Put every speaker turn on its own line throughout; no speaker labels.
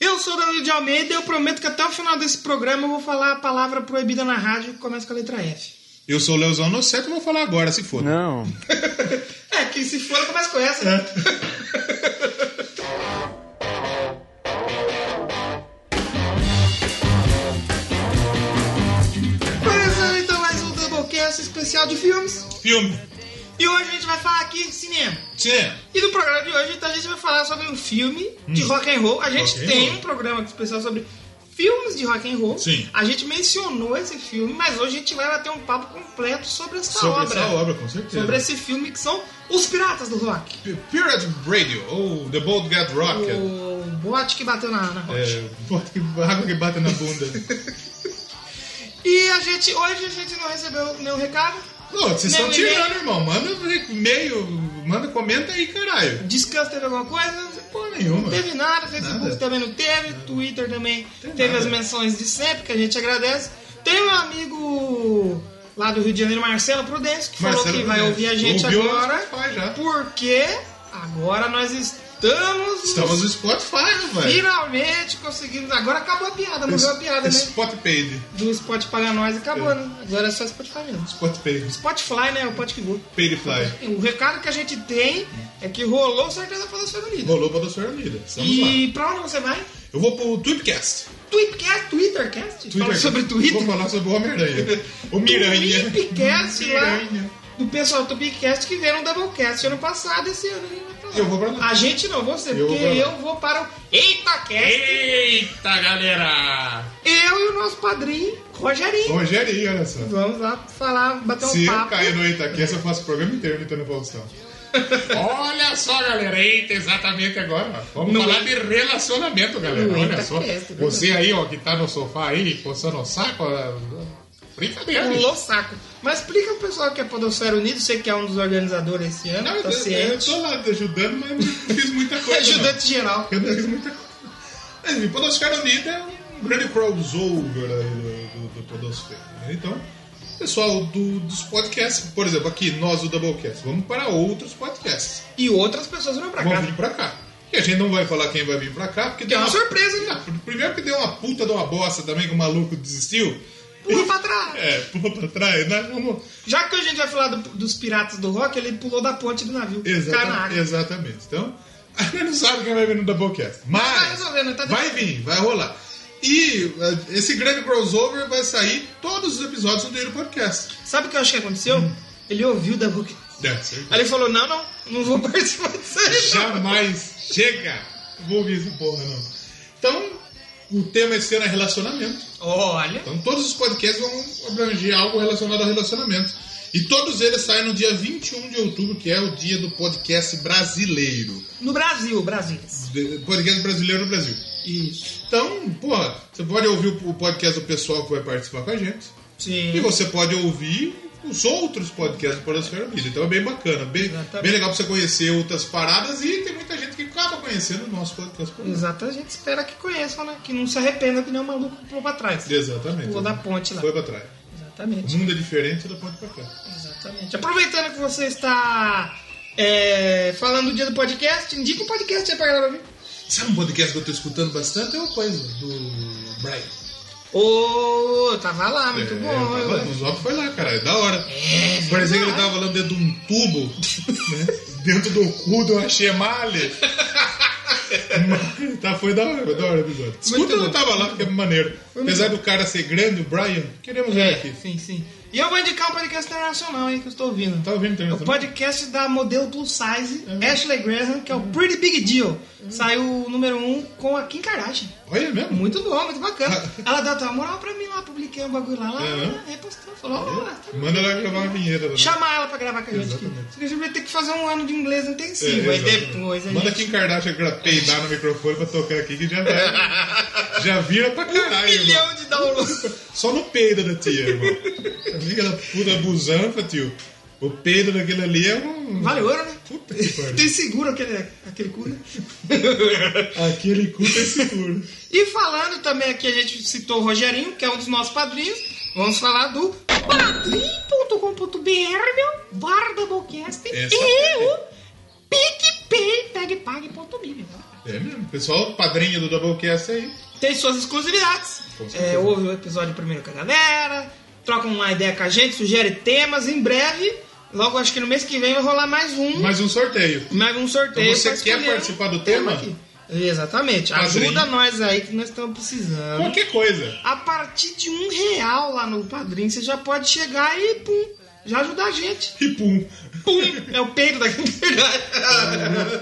Eu sou o Danilo de Almeida e eu prometo que até o final desse programa eu vou falar a palavra proibida na rádio que começa com a letra F.
Eu sou o Leozão, não sei como eu vou falar agora, se for.
Não.
É, que se for, ela começa com essa, né? Começando então mais um Doublecast especial de filmes.
Filme.
E hoje a gente vai falar aqui de cinema.
Cinema.
E no programa de hoje então, a gente vai falar sobre um filme de
Hum.
rock and roll. A gente
Rock and
tem
roll.
um programa especial sobre filmes de rock and roll.
Sim.
A gente mencionou esse filme, mas hoje a gente vai bater um papo completo sobre essa
Sobre
obra.
essa obra, com certeza.
Sobre esse filme que são Os Piratas do Rock.
P- Pirate Radio, ou The Bold Get Rocket.
O bote que bateu na, na rocha.
É, bota que, água que bate na bunda. É.
E a gente, hoje a gente não recebeu nenhum recado.
Não, vocês
Não,
estão
e-mail.
tirando, irmão. Manda um e-mail, manda, comenta aí, caralho.
Descanso teve alguma coisa?
Porra nenhuma.
Não teve nada, Facebook
Nada.
também não teve, Twitter também
Tem
teve
nada.
as menções de sempre, que a gente agradece. Tem meu amigo lá do Rio de Janeiro, Marcelo Prudêncio, que falou que vai
Brunet.
ouvir a gente
Ouviu no
agora,
Spotify já.
porque agora nós estamos,
Estamos no Spotify, velho.
finalmente conseguindo. Agora acabou a piada, morreu a piada, né?
Spotpaid.
Do Spotify pagar nós acabou, né? Agora é só Spotify mesmo.
Spotpaid.
Spotify, né? O pote que voa.
Paidfly.
O recado que a gente tem é que rolou certeza para o Unida.
Rolou pra Doutora Unida. Estamos lá.
E pra onde você vai?
Eu vou pro Tweepcast.
Tweetcast, Twittercast? Fala sobre Twitter?
Vou falar sobre o Homem-Aranha. O Miranha.
Tweepcast lá
Miranha.
do pessoal do Tweepcast que veio no Doublecast ano passado, esse ano. a gente vai pra lá.
Eu vou pra lá.
A gente não, você,
Eu
porque
vou pra lá.
eu vou para o EitaCast.
Eita, galera!
Eu e o nosso padrinho, Rogerinho.
Rogerinho, olha só.
Vamos lá falar, bater
Se
um
eu
papo.
cair no Itaquest, eu faço o programa inteiro imitando o Faustão. Olha só, galera. Eita, exatamente agora. Vamos
No
falar de relacionamento, galera.
No tá
Olha só.
Itacast, verdade.
Você aí, ó, que tá no sofá aí, coçando o saco. ó, Brincadeira, bicho.
Pulou o saco. É um Mas explica pro pessoal que é Podosfera Unido, você que é um dos organizadores esse ano,
Não, eu,
tá
eu- eu
ciente. é
tô lá ajudando, mas não fiz muita coisa. não.
Ajudante geral.
Eu não fiz muita coisa. Enfim, Podosfera Unida é um grande crossover aí do, do, do Podosfera. né? Então, pessoal do- dos podcasts, por exemplo, aqui nós do Doublecast, vamos para outros podcasts.
E outras pessoas vão pra
vão
cá.
vir para cá. E a gente não vai falar quem vai vir para cá, porque
Que é uma surpresa, né?
Ah, Primeiro que deu uma puta de uma bosta também que o maluco desistiu.
Pula pra trás.
É, pula pra trás, né? Vamos...
Já que a gente vai falar do- dos piratas do rock, ele pulou da ponte do navio.
Exata-
Caiu na água.
Exatamente. Então, a gente não sabe quem vai vir no Doublecast. Mas
Tá resolvendo, tá
vai vir, vai rolar. E eh, esse grande crossover vai sair todos os episódios do Dinheiro Podcast.
Sabe o que eu acho que aconteceu?
Hum.
Ele ouviu da boca.
É, certo.
Aí ele falou: não, não, não vou participar disso aí, não."
Jamais chega! Não Vou ouvir essa porra, não. Então, o tema esse ano é relacionamento.
Olha.
Então todos os podcasts vão abranger algo relacionado ao relacionamento. E todos eles saem no dia 21 de outubro, que é o dia do podcast brasileiro.
No Brasil, Brasil.
De- Podcast brasileiro no Brasil.
Isso.
Então, porra, você pode ouvir o podcast do pessoal que vai participar com a gente. E
Sim.
você pode ouvir os outros podcasts do Podosfera Vida. Então é bem bacana, bem,
Exatamente.
bem legal pra você conhecer outras paradas. E tem muita gente que acaba conhecendo o nosso podcast. por lá.
Exato, a gente espera que conheçam, né? Que não se arrependa que nem um maluco pulou pra trás.
Exatamente.
Pulou da ponte lá.
Foi pra trás. O
Exatamente.
mundo é diferente da ponte pra cá.
Exatamente. Aproveitando que você está é, falando do dia do podcast, indica o podcast aí pra galera ouvir.
Sabe um podcast que eu tô escutando bastante? É o coisa do Brian.
Ô, tava lá, muito
é,
bom.
tava-
eu-
o Zop foi lá, cara. É da hora.
É,
Parecia que
verdade.
ele tava falando dentro de um tubo, né? Dentro do cu de uma chemale. Mas, tá, foi da hora, foi da hora o episódio. Escuta,
bom.
eu tava lá, porque é maneiro.
muito
Apesar do cara ser grande, o Brian, queremos ele
É,
aqui.
sim, sim. E eu vou indicar um podcast internacional aí que eu estou ouvindo.
Tá ouvindo
É
também?
o podcast da modelo plus size Ashley Graham, que é
Uhum.
o Pretty Big Deal. Saiu o número 1 um com a Kim Kardashian.
Olha mesmo.
Muito bom, muito bacana. Ela deu até uma moral pra mim lá, publiquei um bagulho lá, lá
É, né?
repostou, falou, ó, tá bom.
Manda ela gravar uma vinheta também.
Chamar ela pra gravar com a gente aqui.
Exatamente.
Só que a gente vai ter que fazer um ano de inglês
É,
intensivo. aí
exatamente.
depois a
Manda
gente...
Kim Kardashian gra- peidar no microfone pra tocar aqui que já vai. já vira pra
Um
caralho. irmão.
milhão de downloads.
Só no peido da tia, irmão. Aquela puta busanfa, tio. O peido daquele ali é um.
Vale ouro, né?
Puta que pariu.
Tem seguro aquele, aquele cu, né?
Aquele cu tem seguro.
E falando também aqui, a gente citou o Rogerinho, que é um dos nossos padrinhos. Vamos falar do padrim.com.br, meu bar Doublecast
é Essa
e o PicPay PegPag.me, meu.
É mesmo. Pessoal, padrinho do Doublecast aí.
Tem suas exclusividades.
Com certeza.
É, ouve o episódio primeiro com a galera, troca uma ideia com a gente, sugere temas. Em breve, logo acho que no mês que vem vai rolar mais um, mais,
Mais um sorteio.
um sorteio.
Então você
pra
quer
escolher
participar do
um
tema?
Exatamente.
Padrinho.
Ajuda nós aí que nós estamos precisando.
Qualquer coisa.
A partir de um real lá no Padrim, você já pode chegar e pum, já ajudar a gente.
E pum.
Pum, é o peito daquele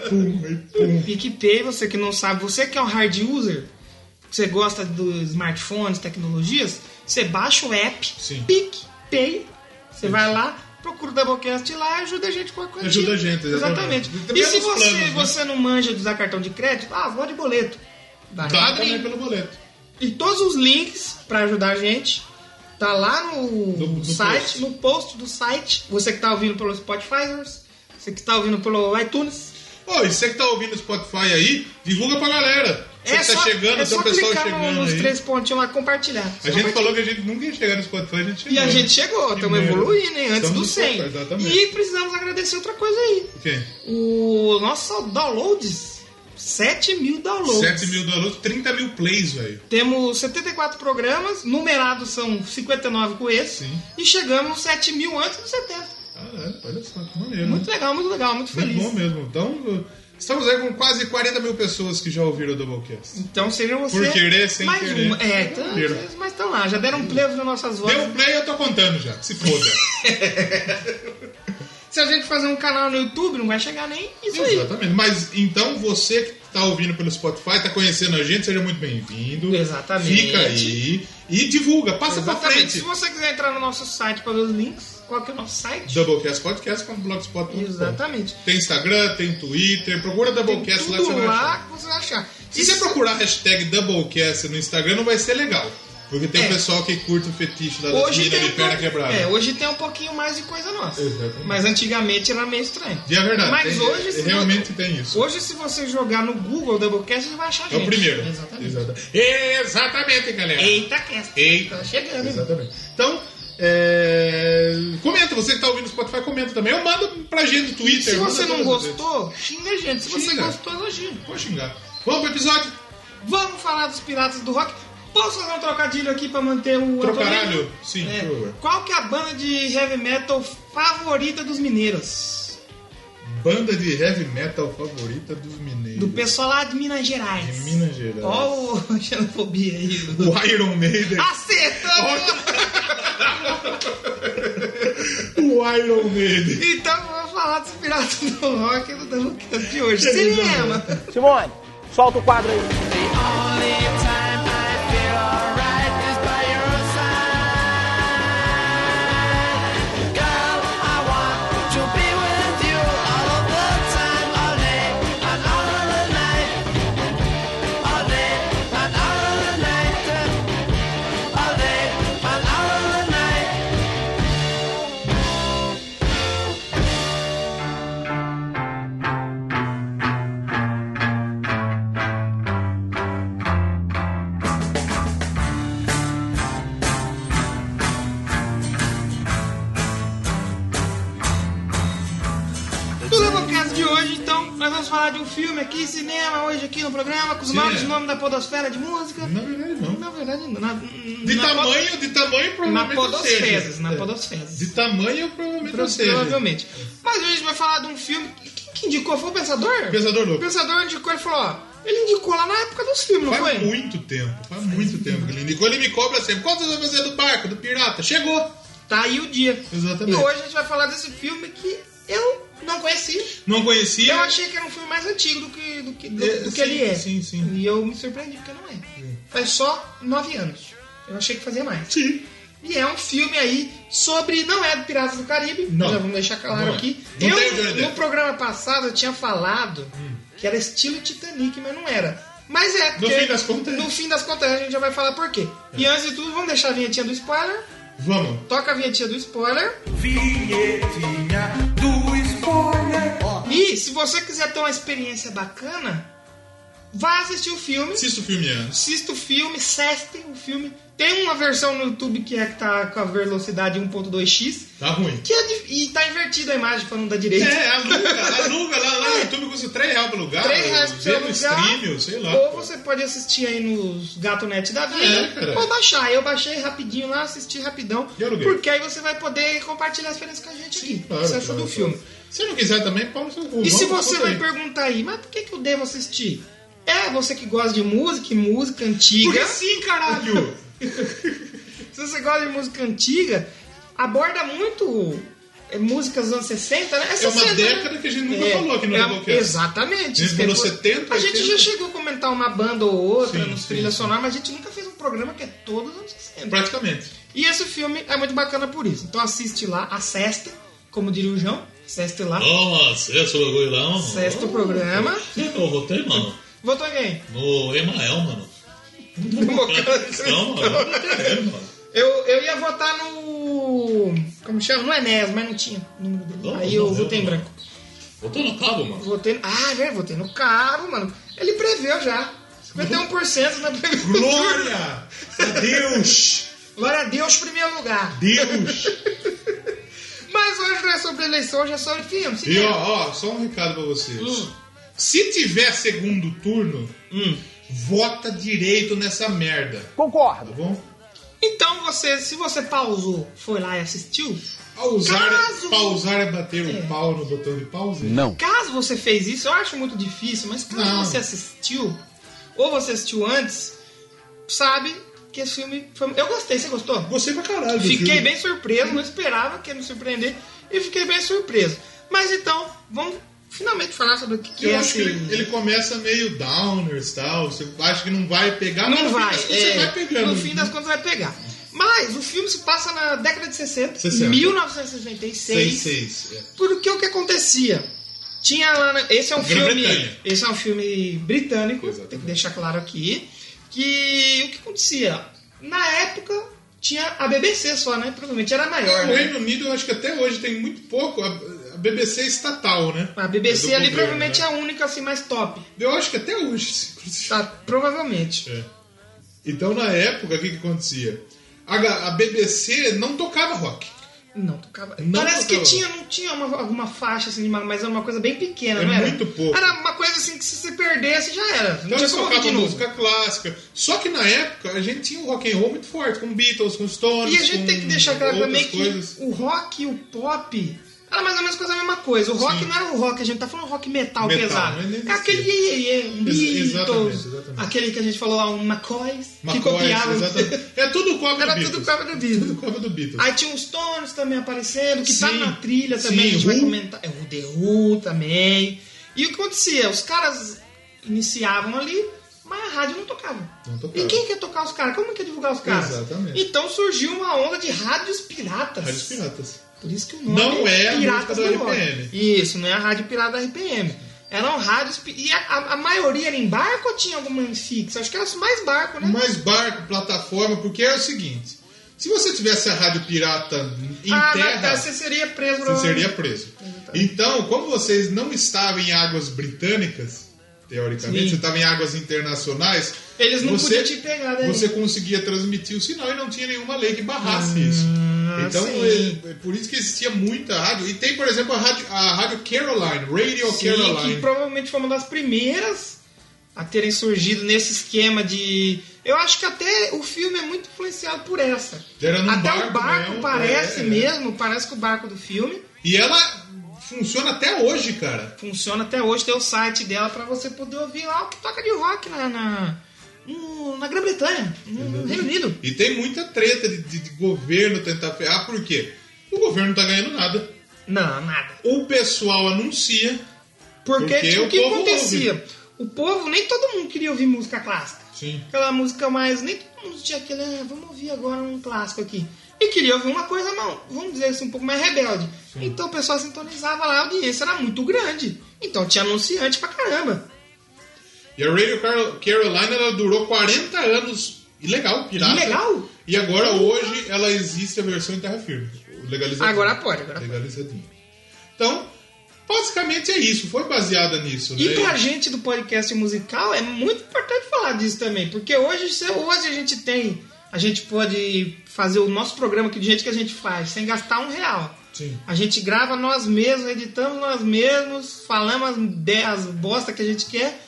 Pum. E pum.
PicPay, você que não sabe, você que é um hard user, você gosta dos smartphones, tecnologias, você baixa o app
Sim.
PicPay, você vai lá, procura o Doublecast lá e ajuda a gente com a quantia.
Ajuda a gente, exatamente.
exatamente.
Também
E se
nos
você,
planos, né?
você não manja de usar cartão de crédito, ah, vou de boleto. Dá
Tá
Padrim.
também pelo boleto.
E todos os links pra ajudar a gente tá lá no,
No- no
site,
post.
no post do site. Você que tá ouvindo pelo Spotify, você que tá ouvindo pelo iTunes.
Ô, e você que tá ouvindo o Spotify aí, divulga pra galera. Você que tá chegando,
é
tem
só
o pessoal
clicar no-
chegando
nos
aí.
três pontinhos lá compartilhar.
A gente falou que a gente nunca ia chegar no Spotify, a gente chegou.
E a gente chegou, estamos
Primeiro.
evoluindo, hein? Antes
Estamos
do
no
100.
Spotify, exatamente.
E precisamos agradecer outra coisa aí.
Quem?
O nosso downloads, 7 mil downloads.
7 mil downloads, 30 mil plays, velho.
Temos 74 programas, numerados são 59 com esse.
Sim.
E chegamos aos 7 mil antes do 70.
Caralho, olha só, que maneiro.
Muito
né?
legal, muito legal, muito
Muito
feliz.
bom mesmo. Então, estamos aí com quase 40 mil pessoas que já ouviram o Doublecast.
Então seria você.
Por querer, sem
mais
querer.
uma. É, então,
Queira.
mas estão lá, já deram um play nas nossas vozes.
Deu um play, eu tô contando já. Se foda.
Se a gente fazer um canal no YouTube, não vai chegar nem isso aí.
Exatamente. Mas então você que está ouvindo pelo Spotify, está conhecendo a gente, seja muito bem-vindo.
Exatamente.
Fica aí e divulga, passa para pra
Exatamente.
frente.
Se você quiser entrar no nosso site para ver os links, qual que é o nosso site?
Doublecastpodcast.blogspot.com
Exatamente.
Tem Instagram, tem Twitter, procura Doublecast lá que você
Tudo
vai
lá
achar.
que você vai achar.
Se você procurar a hashtag Doublecast no Instagram, não vai ser legal. Porque tem
É.
o pessoal que curte o fetiche da
hoje
mina
tem,
de
um
perna
pouco-
quebrada.
é, hoje tem um pouquinho mais de coisa nossa.
Exatamente.
Mas antigamente era meio estranho.
E é verdade.
Mas
tem-
hoje, se
realmente tem isso.
Hoje, se você jogar no Google Doublecast, você vai achar
é o
gente.
primeiro.
Exatamente.
Exatamente, Exatamente galera.
Eita, cast.
Eita.
Tá chegando. hein?
Exatamente. Então, é, comenta, você que tá ouvindo o Spotify, comenta também. Eu mando pra gente no Twitter.
Se
manda
você
pra
não
vocês.
gostou, xinga a gente. Se você
Xinga.
gostou, elogia.
Pode xingar. Vamos pro episódio.
Vamos falar dos piratas do rock. Posso fazer um trocadilho aqui pra manter o Antônio?
Trocaralho? Sim,
É.
por favor.
Qual que é a banda de heavy metal favorita dos mineiros?
Banda de heavy metal favorita dos mineiros.
Do pessoal lá de Minas Gerais.
De Minas Gerais.
Ó Ah! o xenofobia aí.
O Iron Maiden.
Acertamos!
O Iron Maiden.
Então vamos falar dos piratas do rock e do Doublecast de hoje. Cinema!
Simone, solta o quadro aí.
No Doublecast de hoje, então, nós vamos falar de um filme aqui, cinema, hoje aqui no programa, com os
Cinema.
maiores nomes da podosfera de música.
Na verdade, não.
Na verdade, na,
De
na
tamanho, de tamanho,
pod- Na
provavelmente eu
podosfezes,
seja.
na
É.
podosfezes.
De tamanho, provavelmente eu seja.
né? Provavelmente. Mas hoje a gente vai falar de um filme. Quem que indicou? Foi o Pensador?
Pensador
O
louco.
Pensador indicou e falou: ó, ele indicou lá na época dos filmes, não
Faz
foi?
muito tempo, faz muito tempo que ele indicou. Ele me cobra sempre. Quanto você vai fazer do barco, do pirata? Chegou!
Tá aí o dia. E
Exatamente.
hoje a gente vai falar desse filme que eu não conheci.
Não conhecia.
Eu achei que era um filme mais antigo do que, do que, do,
É,
do que
sim,
ele é.
sim, sim. Hum.
E eu me surpreendi porque não é. Faz só nove anos. Eu achei que fazia mais.
Sim.
E é um filme aí sobre. Não é do Piratas do Caribe,
Não.
já vamos deixar claro
Não é.
aqui.
Não tem Johnny
eu,
Depp.
no programa passado, eu tinha falado que era estilo Titanic, mas não era. Mas é, porque
fim das contas, é.
no fim das contas a gente já vai falar por quê. E antes de tudo, vamos deixar a vinhetinha do spoiler.
Vamos.
Toca a vinhetinha do spoiler.
Vinhetinha do spoiler.
E se você quiser ter uma experiência bacana, Vá assistir o filme.
Assista o filme antes.
Assista o filme, cestem o filme. Tem uma versão no YouTube que é que tá com a velocidade 1.2x,
Tá ruim.
que é de- e tá invertida a imagem pra não dar direito.
É, aluga, aluga lá, lá no YouTube custa 3 reais pra alugar.
Três reais pra você
vê no
alugar,
stream, sei lá.
Ou
pô.
você pode assistir aí nos GatoNet da
É,
vida,
cara.
ou baixar. Eu baixei rapidinho lá, assisti rapidão,
E aluguei.
porque aí você vai poder compartilhar a experiência com a gente
Sim,
aqui.
claro,
você achou
claro,
do
claro.
filme.
Se não quiser também, pau no seu cu.
E se
Vamos,
você
conta
vai
aí.
perguntar aí, mas por que, que eu devo assistir? É, você que gosta de música e música antiga.
Porque sim, caralho!
Se você gosta de música antiga, aborda muito é, músicas dos anos 60, né? É,
É uma década que a gente nunca falou aqui no Doublecast.
Exatamente.
A gente falou
Depois-
70,
A gente
80.
já chegou a comentar uma banda ou outra
Sim,
nos
sim,
trilhas
sim.
sonoras, mas a gente nunca fez um programa que é todo dos anos 60.
Praticamente.
E esse filme é muito bacana por isso. Então assiste lá, acesta, como diria o João, aceste lá,
Nossa, esse bagulho lá, mano.
acesta o programa.
Você que eu votei, mano?
Votou em quem?
No Emael, mano.
Democracia.
Não, mano. eu votei, mano.
Eu, eu ia votar no. Como chama? No Enéas, mas não é tinha o número dele.
Não,
Aí
não,
eu votei em
não.
branco.
Votou no cabo, mano.
Votei. Ah, é, verdade, votei no cabo, mano. Ele preveu já. 51% na previsão.
Glória a Deus!
Glória a Deus, primeiro lugar.
Deus!
Mas hoje não é sobre eleição, hoje é sobre filme. Se
E
quer.
ó, ó, só um recado pra vocês.
Hum.
Se tiver segundo turno, vota direito nessa merda, tá
Concordo.
bom?
Então você, se você pausou, foi lá e assistiu,
Pausar,
Caso-
pausar é bater
É.
o pau no botão de pause?
Caso você fez isso, eu acho muito difícil, mas caso
Não.
você assistiu, ou você assistiu antes, sabe que esse filme foi. Eu gostei, você gostou?
Gostei pra caralho. do
Fiquei
filme.
bem surpreso, não esperava que ia me surpreender e fiquei bem surpreso. Mas então, vamos finalmente falar sobre o que, que
Eu
é
acho que
esse-
ele, ele começa meio downers e tal. Você acha que não vai pegar, mas
Não
no fim
vai,
das contas
é,
você vai pegando.
no fim das contas vai pegar. Mas o filme se passa na década de 60,
60.
1966.
6, é.
Porque o que acontecia? Tinha lá. na- Esse é um filme.
Grã-Bretanha.
Esse é um filme britânico,
Exatamente.
tem que deixar claro aqui. Que o que acontecia? Na época tinha a BBC só, né? Provavelmente era maior.
É, o
né?
Reino Unido, eu acho que até hoje tem muito pouco. A, a BBC é estatal, né?
A BBC
É do
ali
governo,
provavelmente é
né?
a única assim mais top.
Eu acho que até hoje, inclusive.
Tá, provavelmente.
É. Então, na época, o que, que acontecia? A, ga- a BBC não tocava rock.
Não tocava.
Não
Parece
tocava.
que tinha, não tinha uma, alguma faixa assim, de ma- mas era uma coisa bem pequena,
É
não era?
muito pouco.
Era uma coisa assim que se você perdesse já era. Não
Então,
tinha
eles
como ouvir de
tocavam
novo.
música clássica. Só que, na época, a gente tinha um rock and roll muito forte, com Beatles, com Stones,
E a gente
com
tem que deixar claro
outras
também que
coisas.
o rock e o pop era mais ou menos quase a mesma coisa. O rock
Sim.
não era o rock, a gente tá falando rock metal,
Metal,
pesado.
mas nem
É
existia.
aquele iê, iê, iê, um
Ex-
Beatles,
exatamente, exatamente.
aquele que a gente falou lá, um McCoys, que
McCoys,
copiava.
exatamente. É tudo cobra
Era
do Beatles.
tudo cobra do
Tudo
Beatles.
cobra do Beatles.
Aí tinha os Stones também aparecendo, que tá
Sim.
na trilha também,
Sim,
a gente vai
Who.
comentar. É o The Who também. E o que acontecia? Os caras iniciavam ali, mas a rádio não tocava.
Não tocava.
E quem quer tocar os caras? Como quer divulgar os caras?
Exatamente.
Então surgiu uma onda de rádios piratas.
Rádios Piratas.
Por isso que o nome
Não é a
Piratas
música da
Rock.
RPM.
Isso, não é a rádio pirata da RPM. Eram rádios... pi- E a, a- a maioria era em barco ou tinha alguma fixa? Acho que era mais barco, né?
É Mais barco, plataforma, porque é o seguinte: se você tivesse a rádio pirata em
ah, na-
terra,
você seria preso.
você
provavelmente.
seria preso. Então, como vocês não estavam em águas britânicas, teoricamente,
Sim.
você estava em águas internacionais,
Eles não
você,
podiam te pegar daí.
você conseguia transmitir o sinal e não tinha nenhuma lei que barrasse isso.
Ah,
Então,
sim.
é- é por isso que existia muita rádio. E tem, por exemplo, a rádio, a rádio Caroline, Radio
Sim,
Caroline.
que provavelmente foi uma das primeiras a terem surgido nesse esquema de. Eu acho que até o filme é muito influenciado por essa.
Era num
até o
um barco
barco
mesmo,
parece
é, é.
mesmo, parece que o barco do filme
E ela funciona até hoje, cara.
funciona até hoje, tem o site dela pra você poder ouvir lá o que toca de rock na, na, no- na Grã-Bretanha,
Uhum.
no Reino Unido.
E tem muita treta de, de- de governo tentar ferrar, por quê? O governo não tá ganhando nada.
Não, nada.
O pessoal anuncia.
Porque,
Porque
tipo,
o
o que
povo
acontecia? O povo, nem todo mundo queria ouvir música clássica.
Sim.
Aquela música mais. Nem todo mundo tinha aquele. Ah, vamos ouvir agora um clássico aqui. E queria ouvir uma coisa, não, vamos dizer assim, um pouco mais rebelde. Então o pessoal sintonizava lá, a audiência era muito grande. Então tinha anunciante pra caramba.
E a Radio Car- Caroline ela durou 40 anos. Ilegal, pirata.
Ilegal?
E agora hoje ela existe a versão em terra firme. Legalizadinha.
Agora pode, agora pode.
Legalizadinha. Então, Basicamente é isso, foi baseada nisso,
E
né?
pra gente do podcast musical é muito importante falar disso também, porque hoje, se- hoje a gente tem, a gente pode fazer o nosso programa aqui do jeito que a gente faz, sem gastar um real.
Sim.
A gente grava nós mesmos, editamos nós mesmos, falamos as, de- as bosta que a gente quer.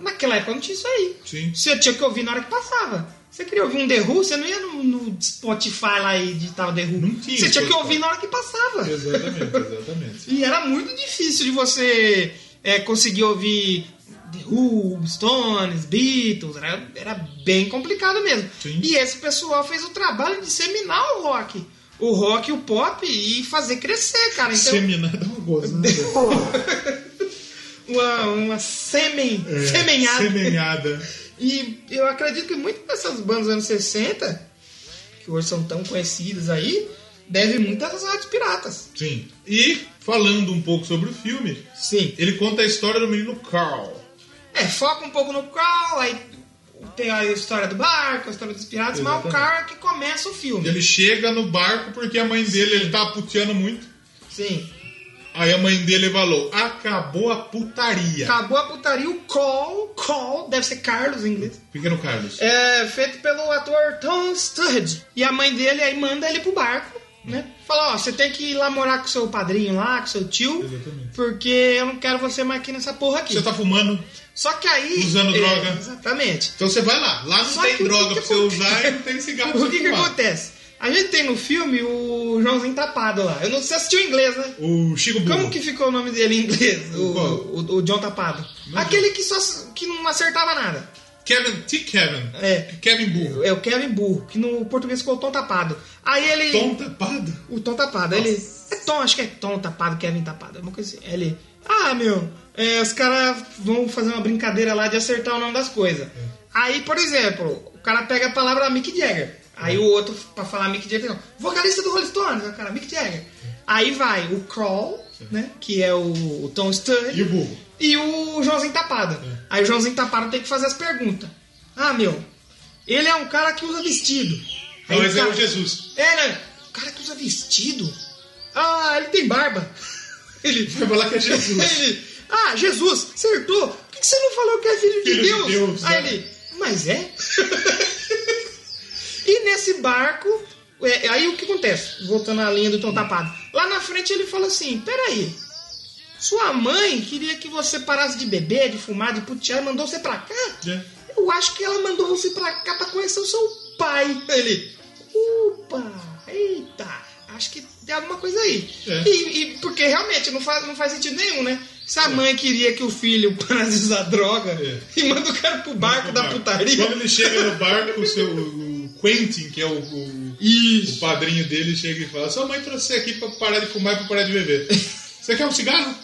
Naquela época não tinha isso aí.
Sim.
Você tinha que ouvir na hora que passava. Você queria ouvir um The Who, você não ia no, no Spotify lá e editava The Who.
Não tinha
você tinha que
Spotify.
ouvir na hora que passava.
Exatamente, exatamente.
E era muito difícil de você é, conseguir ouvir The Who, Stones, Beatles. Era, era bem complicado mesmo.
Sim.
E esse pessoal fez o trabalho de disseminar o rock. O rock, o pop e fazer crescer, cara. Então,
Seminar dá uma gozada.
uma, uma semen,
É,
semenhada.
Semenhada.
E eu acredito que muitas dessas bandas dos anos 60, que hoje são tão conhecidas aí, devem muito às rádios piratas.
Sim. E falando um pouco sobre o filme,
Sim.
ele conta a história do menino Carl.
É, foca um pouco no Carl, aí tem a história do barco, a história dos piratas, mas o
Exatamente.
Carl é que começa o filme.
Ele chega no barco porque a mãe dele, ele tá puteando muito.
Sim.
Aí a mãe dele falou: acabou a putaria.
Acabou a putaria, o Call, Call, deve ser Carlos em inglês.
Pequeno Carlos.
É feito pelo ator Tom Sturridge. E a mãe dele aí manda ele pro barco, né? Fala, ó, você tem que ir lá morar com seu padrinho lá, com seu tio,
Exatamente.
porque eu não quero você mais aqui nessa porra aqui.
Você tá fumando,
Só que aí.
Usando
é,
droga.
Exatamente.
então você vai lá. Lá não
Só
tem
que o que
droga
que
pra você
acontece?
usar e não tem cigarro pra
O
você
que que
fumar.
acontece? A gente tem no filme o Joãozinho Tapado lá. Eu não sei assistiu em inglês, né?
O Chico Burro.
Como que ficou o nome dele em inglês? O,
Qual?
o, o John Tapado. Aquele que só que não acertava nada.
Kevin, T. Kevin.
É.
Kevin Burro.
É o Kevin Burro, que no português ficou Tom Tapado. Aí ele.
Tom tapado.
O Tom Tapado. Aí ele. É Tom, acho que é Tom Tapado, Kevin Tapado. Uma coisa assim. Aí ele. Ah, meu. é, os caras vão fazer uma brincadeira lá de acertar o nome das coisas. Aí, por exemplo, o cara pega a palavra Mick Jagger. Aí o outro, pra falar Mick Jagger, não. Vocalista do Rolling Stones, o cara, Mick Jagger. Aí vai o Crawl, né? Que é o, o Tom Sturridge
E o burro.
e o Joãozinho Tapado.
Hum.
Aí o Joãozinho Tapado tem que fazer as perguntas. Ah, meu, ele é um cara que usa vestido.
Não,
Aí
esse é
cara-
o Jesus.
É, né? O cara que usa vestido? Ah, ele tem barba. Ele...
Vai falar que é Jesus.
ele ah, Jesus, acertou. Por que que você não falou que é filho de
Filho de
Deus?
Deus,
Aí
né?
ele, mas é? e nesse barco, é, aí o que acontece? Voltando à linha do Tom Tapado. Lá na frente ele fala assim, peraí, sua mãe queria que você parasse de beber, de fumar, de putear e mandou você pra cá?
É.
Eu acho que ela mandou você pra cá pra conhecer o seu pai. Ele. Opa! Eita! Acho que tem alguma coisa aí.
É.
E, e- porque realmente não faz, não faz sentido nenhum, né? Se a mãe queria que o filho parasse de usar droga
É.
e manda o cara pro barco da
Quando
putaria.
ele chega no barco, o seu o Quentin, que é o, o, o
Isso.
padrinho dele, chega e fala: Sua mãe trouxe você aqui pra parar de fumar e pra parar de beber. Você quer um cigarro?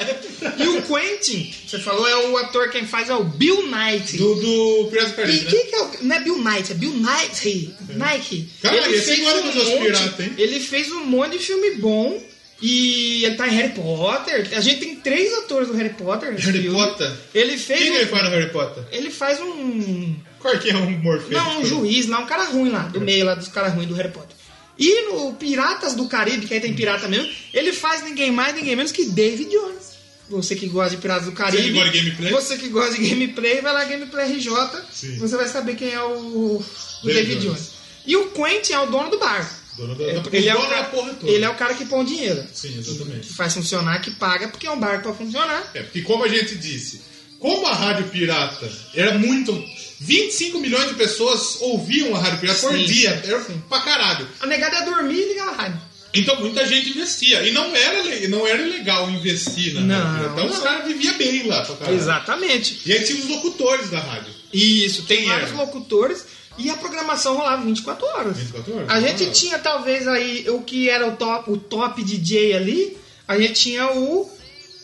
É.
E o Quentin, você falou, é o ator quem faz é o Bill Knight.
Do, do Pirata do
E
Caribe, né?
quem que é o. Não é Bill Knight, é Bill Knight. Nike. um
Cara, esse agora é dos
monte,
pirata, hein?
Ele fez um monte de filme bom. E ele tá em Harry Potter. A gente tem três atores do Harry Potter. nesse
Harry
filme.
Potter?
Ele fez.
Quem que ele
Um,
faz no Harry Potter?
ele faz um.
Qual que é um Morpheus?
Não, um juiz lá, um cara ruim lá,
É.
do meio lá dos caras ruins do Harry Potter. E no Piratas do Caribe, que aí tem pirata mesmo, ele faz ninguém mais, ninguém menos que David Jones. Você que gosta de Piratas do Caribe.
que gosta é de gameplay?
Você que gosta de gameplay, vai lá Gameplay RJ,
Sim.
você vai saber quem é o, o
David
David Jones.
Jones.
E o Quentin é o dono do bar.
Dono da- da-
Ele é, o
dono da
cara,
porra toda.
ele é o cara que põe o dinheiro.
Sim, exatamente.
Que faz funcionar, que paga, porque é um bar pra funcionar.
É, porque como a gente disse, como a Rádio Pirata era muito. 25 milhões de pessoas ouviam a Rádio Pirata por
Sim,
dia, era
sim.
pra caralho.
A negada é dormir e ligar a rádio.
Então muita gente investia. E não era, le- não era legal investir na
Não,
Rádio Pirata. Então os
não.
caras viviam bem lá pra caralho.
Exatamente.
E aí tinha os locutores da rádio.
Isso, tem
Quem
vários
era?
locutores e a programação rolava 24 horas.
24 horas?
A gente
Ah.
tinha talvez aí o que era o top, o top DJ ali, a gente tinha o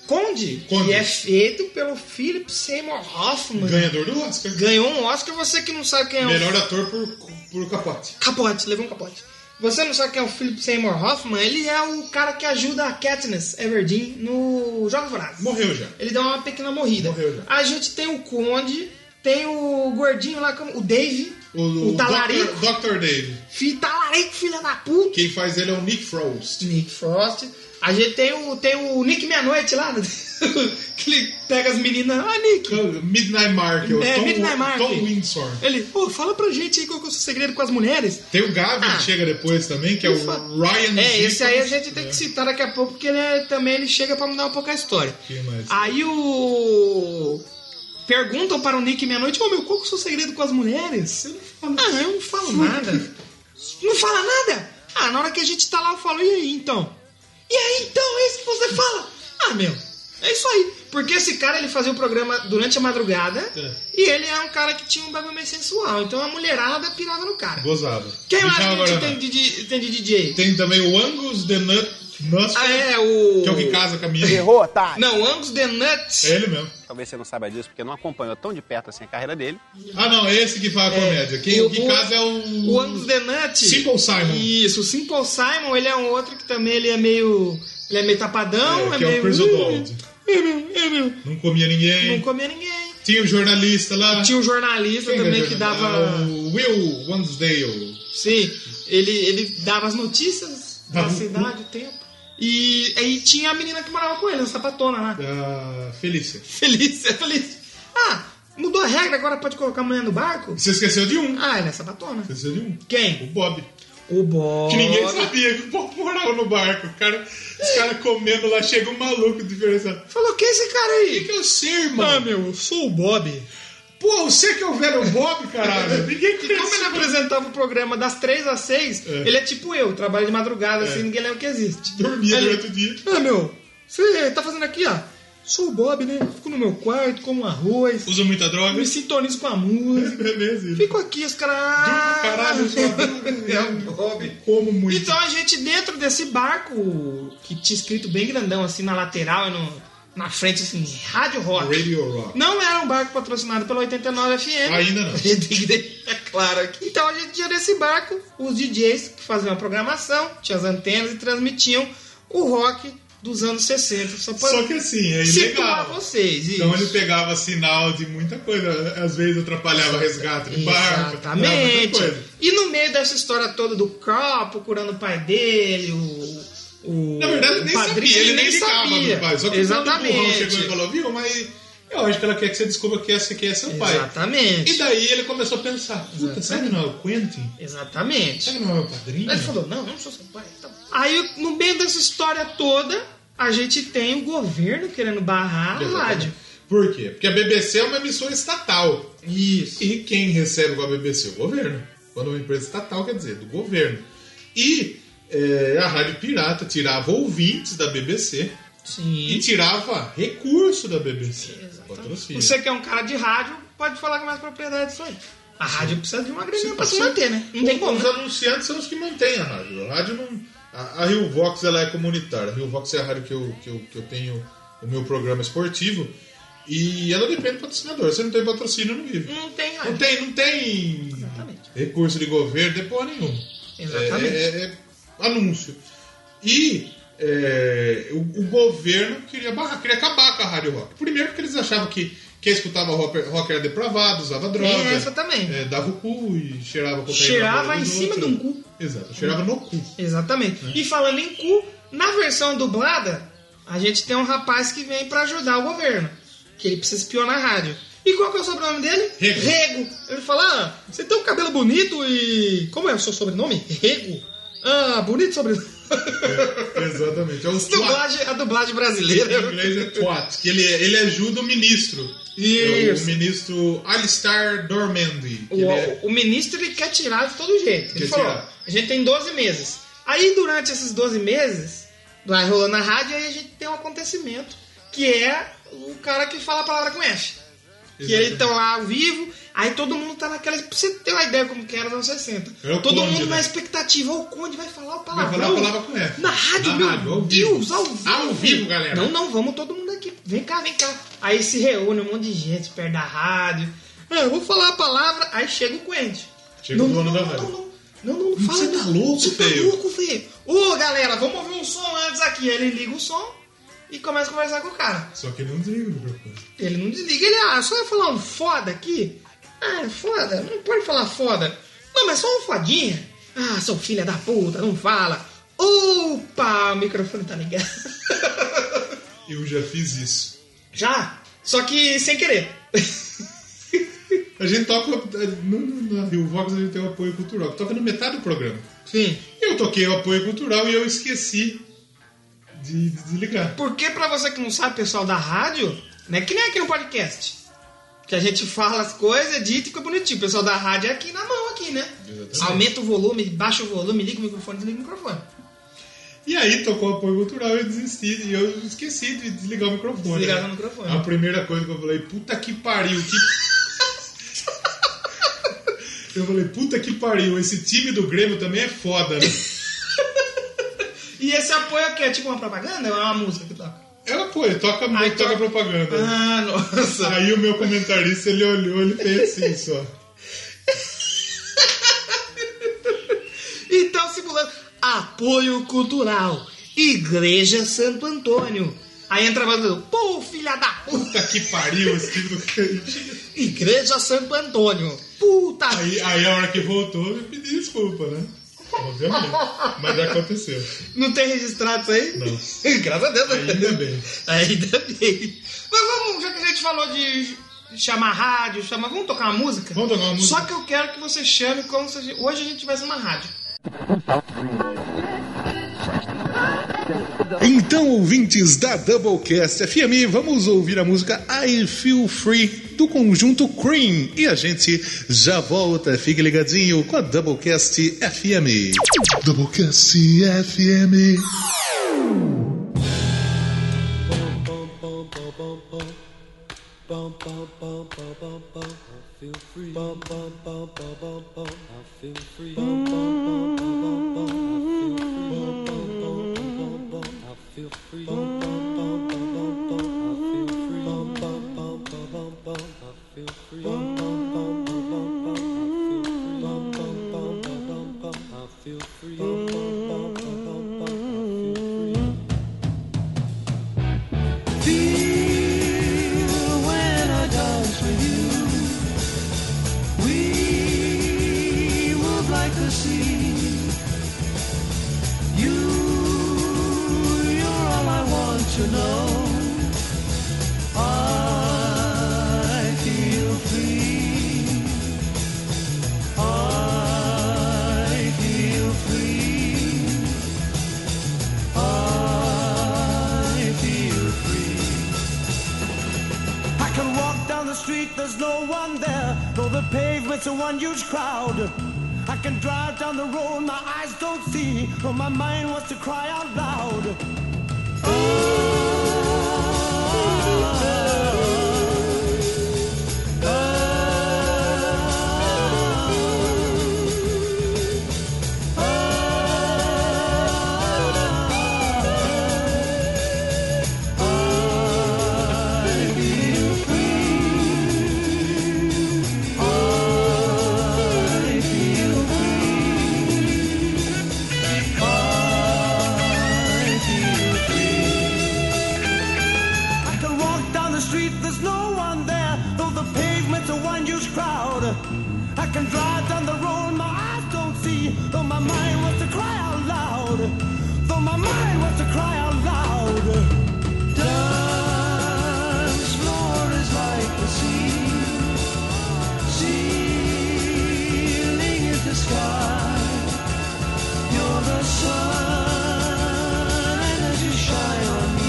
Conde,
Conde.
que é feito pelo Philip Seymour Hoffman.
Ganhador do Oscar.
Ganhou um Oscar, você que não sabe quem é o
Melhor ator por, por capote.
Capote, levou um capote. Você não sabe quem é o Philip Seymour Hoffman? Ele é o cara que ajuda a Katniss Everdeen no Jogos Vorazes.
Morreu já.
Ele dá uma pequena morrida.
Morreu já.
A gente tem o Conde, tem o gordinho lá, como- o Dave, o, talarico,
Dr. Dave.
fi talarico, Aí, filha da puta.
Quem faz ele é o Nick Frost.
Nick Frost. A gente tem o, tem o Nick Meia Noite lá, né? que ele pega as meninas. Ah, Nick.
Midnight Market.
É,
Tom,
Midnight Market.
Tom Windsor.
Ele, pô, fala pra gente aí qual que é o seu segredo com as mulheres.
Tem o Gavin
Ah.
que chega depois também, que é
Ufa.
o Ryan
É, esse aí a
Gibson.
gente tem
É.
que citar daqui a pouco, porque ele é- também ele chega pra mudar um pouco a história.
Quem mais?
Aí o. Perguntam para o Nick meia-noite, ô meu, qual que é o seu segredo com as mulheres? Eu não falo, ah, eu não falo nada. não fala nada? Ah, na hora que a gente tá lá, eu falo, e aí então? E aí então, é isso que você fala? Ah, meu, é isso aí. Porque esse cara ele fazia o programa durante a madrugada
É.
e ele é um cara que tinha um bagulho meio sensual, então a mulherada pirava no cara.
Gozado.
Quem mais
Deixa
que
eu
a gente
agora,
tem
né?
de, de- tem de DJ?
Tem também o Angus The Nut, Nuts,
Ah, é, o.
que é o que casa com a minha.
Errou, otário.
Não, Angus The Nuts.
É ele mesmo.
Talvez você não saiba disso, porque não acompanhou tão de perto assim a carreira dele.
Ah, não, é esse que faz a comédia. Quem
o-
o que casa é o.
O Angus The Nut.
Simple Simon.
Isso, o Simple Simon, ele é um outro que também ele é meio. Ele é meio tapadão, é,
É, que é o
meio.
Chris O'Dowd.
É meu, é meu.
Não comia ninguém.
Não comia ninguém.
Tinha o jornalista lá.
Tinha um jornalista
Quem
também
era
que
jornalista?
dava.
Ah, O Will Wensdale.
Sim, ele, ele dava as notícias da
Dava o-
cidade, o tempo. E aí tinha a menina que morava com ele, a sapatona lá.
É. Da Felícia.
Feliz, feliz. Ah, mudou a regra, agora pode colocar a mulher no barco?
Você esqueceu de um.
Ah, ela é sapatona.
Esqueceu de um. O
Quem?
Bob.
O Bob.
Que ninguém sabia que o Bob morava no barco. O cara, os caras comendo lá, chega um maluco diferenciado.
Falou, quem é esse cara
O que
aí?
que eu sei, irmão?
Ah, meu, eu sou o Bob.
Pô, você que é o velho Bob, caralho. Ninguém
E como ele
cresceu.
apresentava o programa das 3 às 6,
É.
ele é tipo eu, trabalho de madrugada, assim, ninguém lembra que existe.
Dormia né?
Ele-
durante o dia.
Ah, meu, você tá fazendo aqui, ó. Sou o Bob, né? Fico no meu quarto, como arroz,
Usa muita droga.
me sintonizo com a
é
música.
Beleza. ele.
Fico aqui, os caras.
Caralho, eu sou um
é o Bob.
como muito.
Então a gente dentro desse barco que tinha escrito bem grandão assim na lateral e no- na frente assim, Rádio Rock.
Radio Rock.
Não era um barco patrocinado pela 89 FM.
Ainda não.
A gente tem que deixar claro aqui. Então a gente tinha nesse barco os DJs que faziam a programação, tinham as antenas e transmitiam o rock dos anos 60. Só para
Só que assim, é
situar
ilegal.
vocês.
Então
isso.
ele pegava sinal de muita coisa. Às vezes atrapalhava resgate de um barco. atrapalhava muita
Exatamente.
coisa.
E no meio dessa história toda do Carl procurando o pai dele, o. o
Na verdade, ele
o
nem
padrinho,
sabia, ele nem ligava
sabia.
do pai. Só que o
Exatamente.
empurrão chegou e falou, viu, mas eu acho que ela quer que você descubra que esse aqui é seu pai. então,
Exatamente.
E daí ele começou a pensar, puta, será que não é o Quentin?
Exatamente.
Será que não é o padrinho?
Aí ele falou, não, eu não sou seu pai. Tá bom. Aí, no meio dessa história toda, a gente tem o governo querendo barrar a rádio.
Por quê? Porque a BBC é uma emissora estatal.
Isso.
E quem recebe com a BBC? é O governo. Quando é uma empresa estatal, quer dizer, do governo. E eh, a Rádio Pirata tirava ouvintes da BBC e
Sim.
tirava recurso da BBC. Patrocínio.
Você que é um cara de rádio, pode falar com mais propriedade disso aí. A rádio precisa de uma graninha pra se
Sim.
manter, né? Não tem como.
Os
né?
anunciantes são os que mantêm a rádio. A rádio não. A, a Rio Vox ela é comunitária. A Rio Vox é a rádio que eu, que eu, que eu tenho o meu programa esportivo. E ela depende do patrocinador. Se não tem patrocínio, não vive.
Não tem
Não
rádio.
tem, não tem
Exatamente.
recurso de governo, de porra nenhuma.
Exatamente.
É, é- é anúncio. E é, o, o governo queria, barrar, queria acabar com a Rádio Rock. Primeiro porque eles achavam que quem escutava rock, rock era depravado, usava droga.
Tem essa também.
é, dava o cu e cheirava cocaína.
Cheirava
na boca dos
em cima
outros.
de um cu.
Exato, cheirava no cu.
Exatamente. E falando em cu, na versão dublada, a gente tem um rapaz que vem pra ajudar o governo. Que ele precisa espionar a rádio. E qual que é o sobrenome dele?
Rego.
Ele fala, ah, você tem um cabelo bonito e... Como é o seu sobrenome? Rego. Ah, bonito sobrenome.
Exatamente. É o twat.
dublagem, a dublagem
Em
brasileira.
inglês é twat, que ele, ele ajuda o ministro. É
Isso.
O ministro Alistar Dormandy.
O,
que ele é-
o ministro ele quer tirar de todo jeito. Ele
Quer
falou,
tirar.
a gente tem 12 meses. Aí durante esses 12 meses, vai rolando na rádio, aí a gente tem um acontecimento, que é o cara que fala a palavra com F. Que eles estão lá ao vivo, aí todo mundo tá naquela. Pra você ter uma ideia como que era nos anos 60.
É o
todo
Conde,
mundo na
né?
expectativa, ó, o Conde vai falar o
Vai
palavrão.
falar a palavra com F.
Na rádio,
Na
meu
rádio, ao vivo.
Deus, ao vivo.
Ao vivo, galera.
Não, não, vamos todo mundo aqui. Vem cá, vem cá. Aí se reúne um monte de gente perto da rádio. Ah, eu vou falar a palavra, aí chega o Quente.
Chega o dono da rádio.
Não, não, não, não, fala.
Você tá louco,
Você tá
feio?
louco, feio. Ô, galera, vamos ouvir um som antes aqui. Ele liga o som e começa a conversar com o cara.
Só que ele é um não desliga o microfone.
Ele não desliga, ele, ah, só ia falar um foda aqui. Ah, foda, não pode falar foda. Não, mas só um fodinha. Ah, seu filho da puta, não fala. Opa, o microfone tá ligado.
Eu já fiz isso.
Já? Só que sem querer.
A gente toca. é, No, no, na Rio Vox a gente tem o apoio cultural, que toca na metade do programa.
Sim.
Eu toquei o apoio cultural e eu esqueci de desligar.
Porque pra você que não sabe, pessoal da rádio, não é que nem aqui no podcast. Que a gente fala as coisas, edita e fica bonitinho. O pessoal da rádio é aqui na mão, aqui, né?
Exatamente.
Aumenta o volume, baixa o volume, liga o microfone, desliga o microfone.
E aí tocou o apoio cultural e eu desisti. E eu esqueci de desligar o microfone.
Desligar
né?
o microfone.
A primeira coisa que eu falei, puta que pariu, que. Eu falei, puta que pariu, esse time do Grêmio também é foda, né?
E esse apoio aqui é tipo uma propaganda? É uma música que toca?
É apoio, toca,
Ai,
toca
toca-
propaganda. né?
Ah, nossa.
Aí o meu comentarista, ele olhou, ele fez assim só.
Então, simulando. Apoio Cultural. Igreja Santo Antônio. Aí entra a banda. Pô, filha da puta.
Puta que pariu, esse tipo time do Grêmio.
Igreja Santo Antônio. Puta.
Aí, aí a hora que voltou, eu pedi desculpa, né? Obviamente. Mas já aconteceu.
Não tem registrado isso aí?
Não.
Graças a Deus. né?
Ainda bem.
Ainda bem. Mas vamos, já que a gente falou de chamar rádio, chamar, vamos tocar uma música?
Vamos tocar uma música.
Só que eu quero que você chame como se a gente- hoje a gente tivesse uma rádio.
Então, ouvintes da Doublecast FM, vamos ouvir a música I Feel Free do conjunto Cream. E a gente já volta. Fique ligadinho com a Doublecast FM. Doublecast FM.
I can walk down the street, there's no one there, though the pavement's a one huge crowd. I can drive down the road, my eyes don't see, but my mind wants to cry out loud. I can walk down the street, there's no one there, though the pavement's a one huge crowd. I can drive down the road, my eyes don't see, though my mind wants to cry out loud. Though my mind wants to cry out loud. Dance floor is like the sea, ceiling is the sky. You're the sun, and as you shine on me.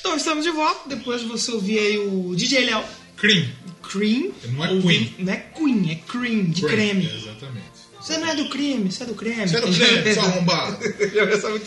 Então estamos de volta, depois de você ouvir aí o DJ Léo.
Cream.
Cream.
Não é
Ouvir-
Queen.
Não é Queen, é cream, de creme.
Exatamente.
Você não é do crime, você é do creme.
Você não creme, seu arrombado.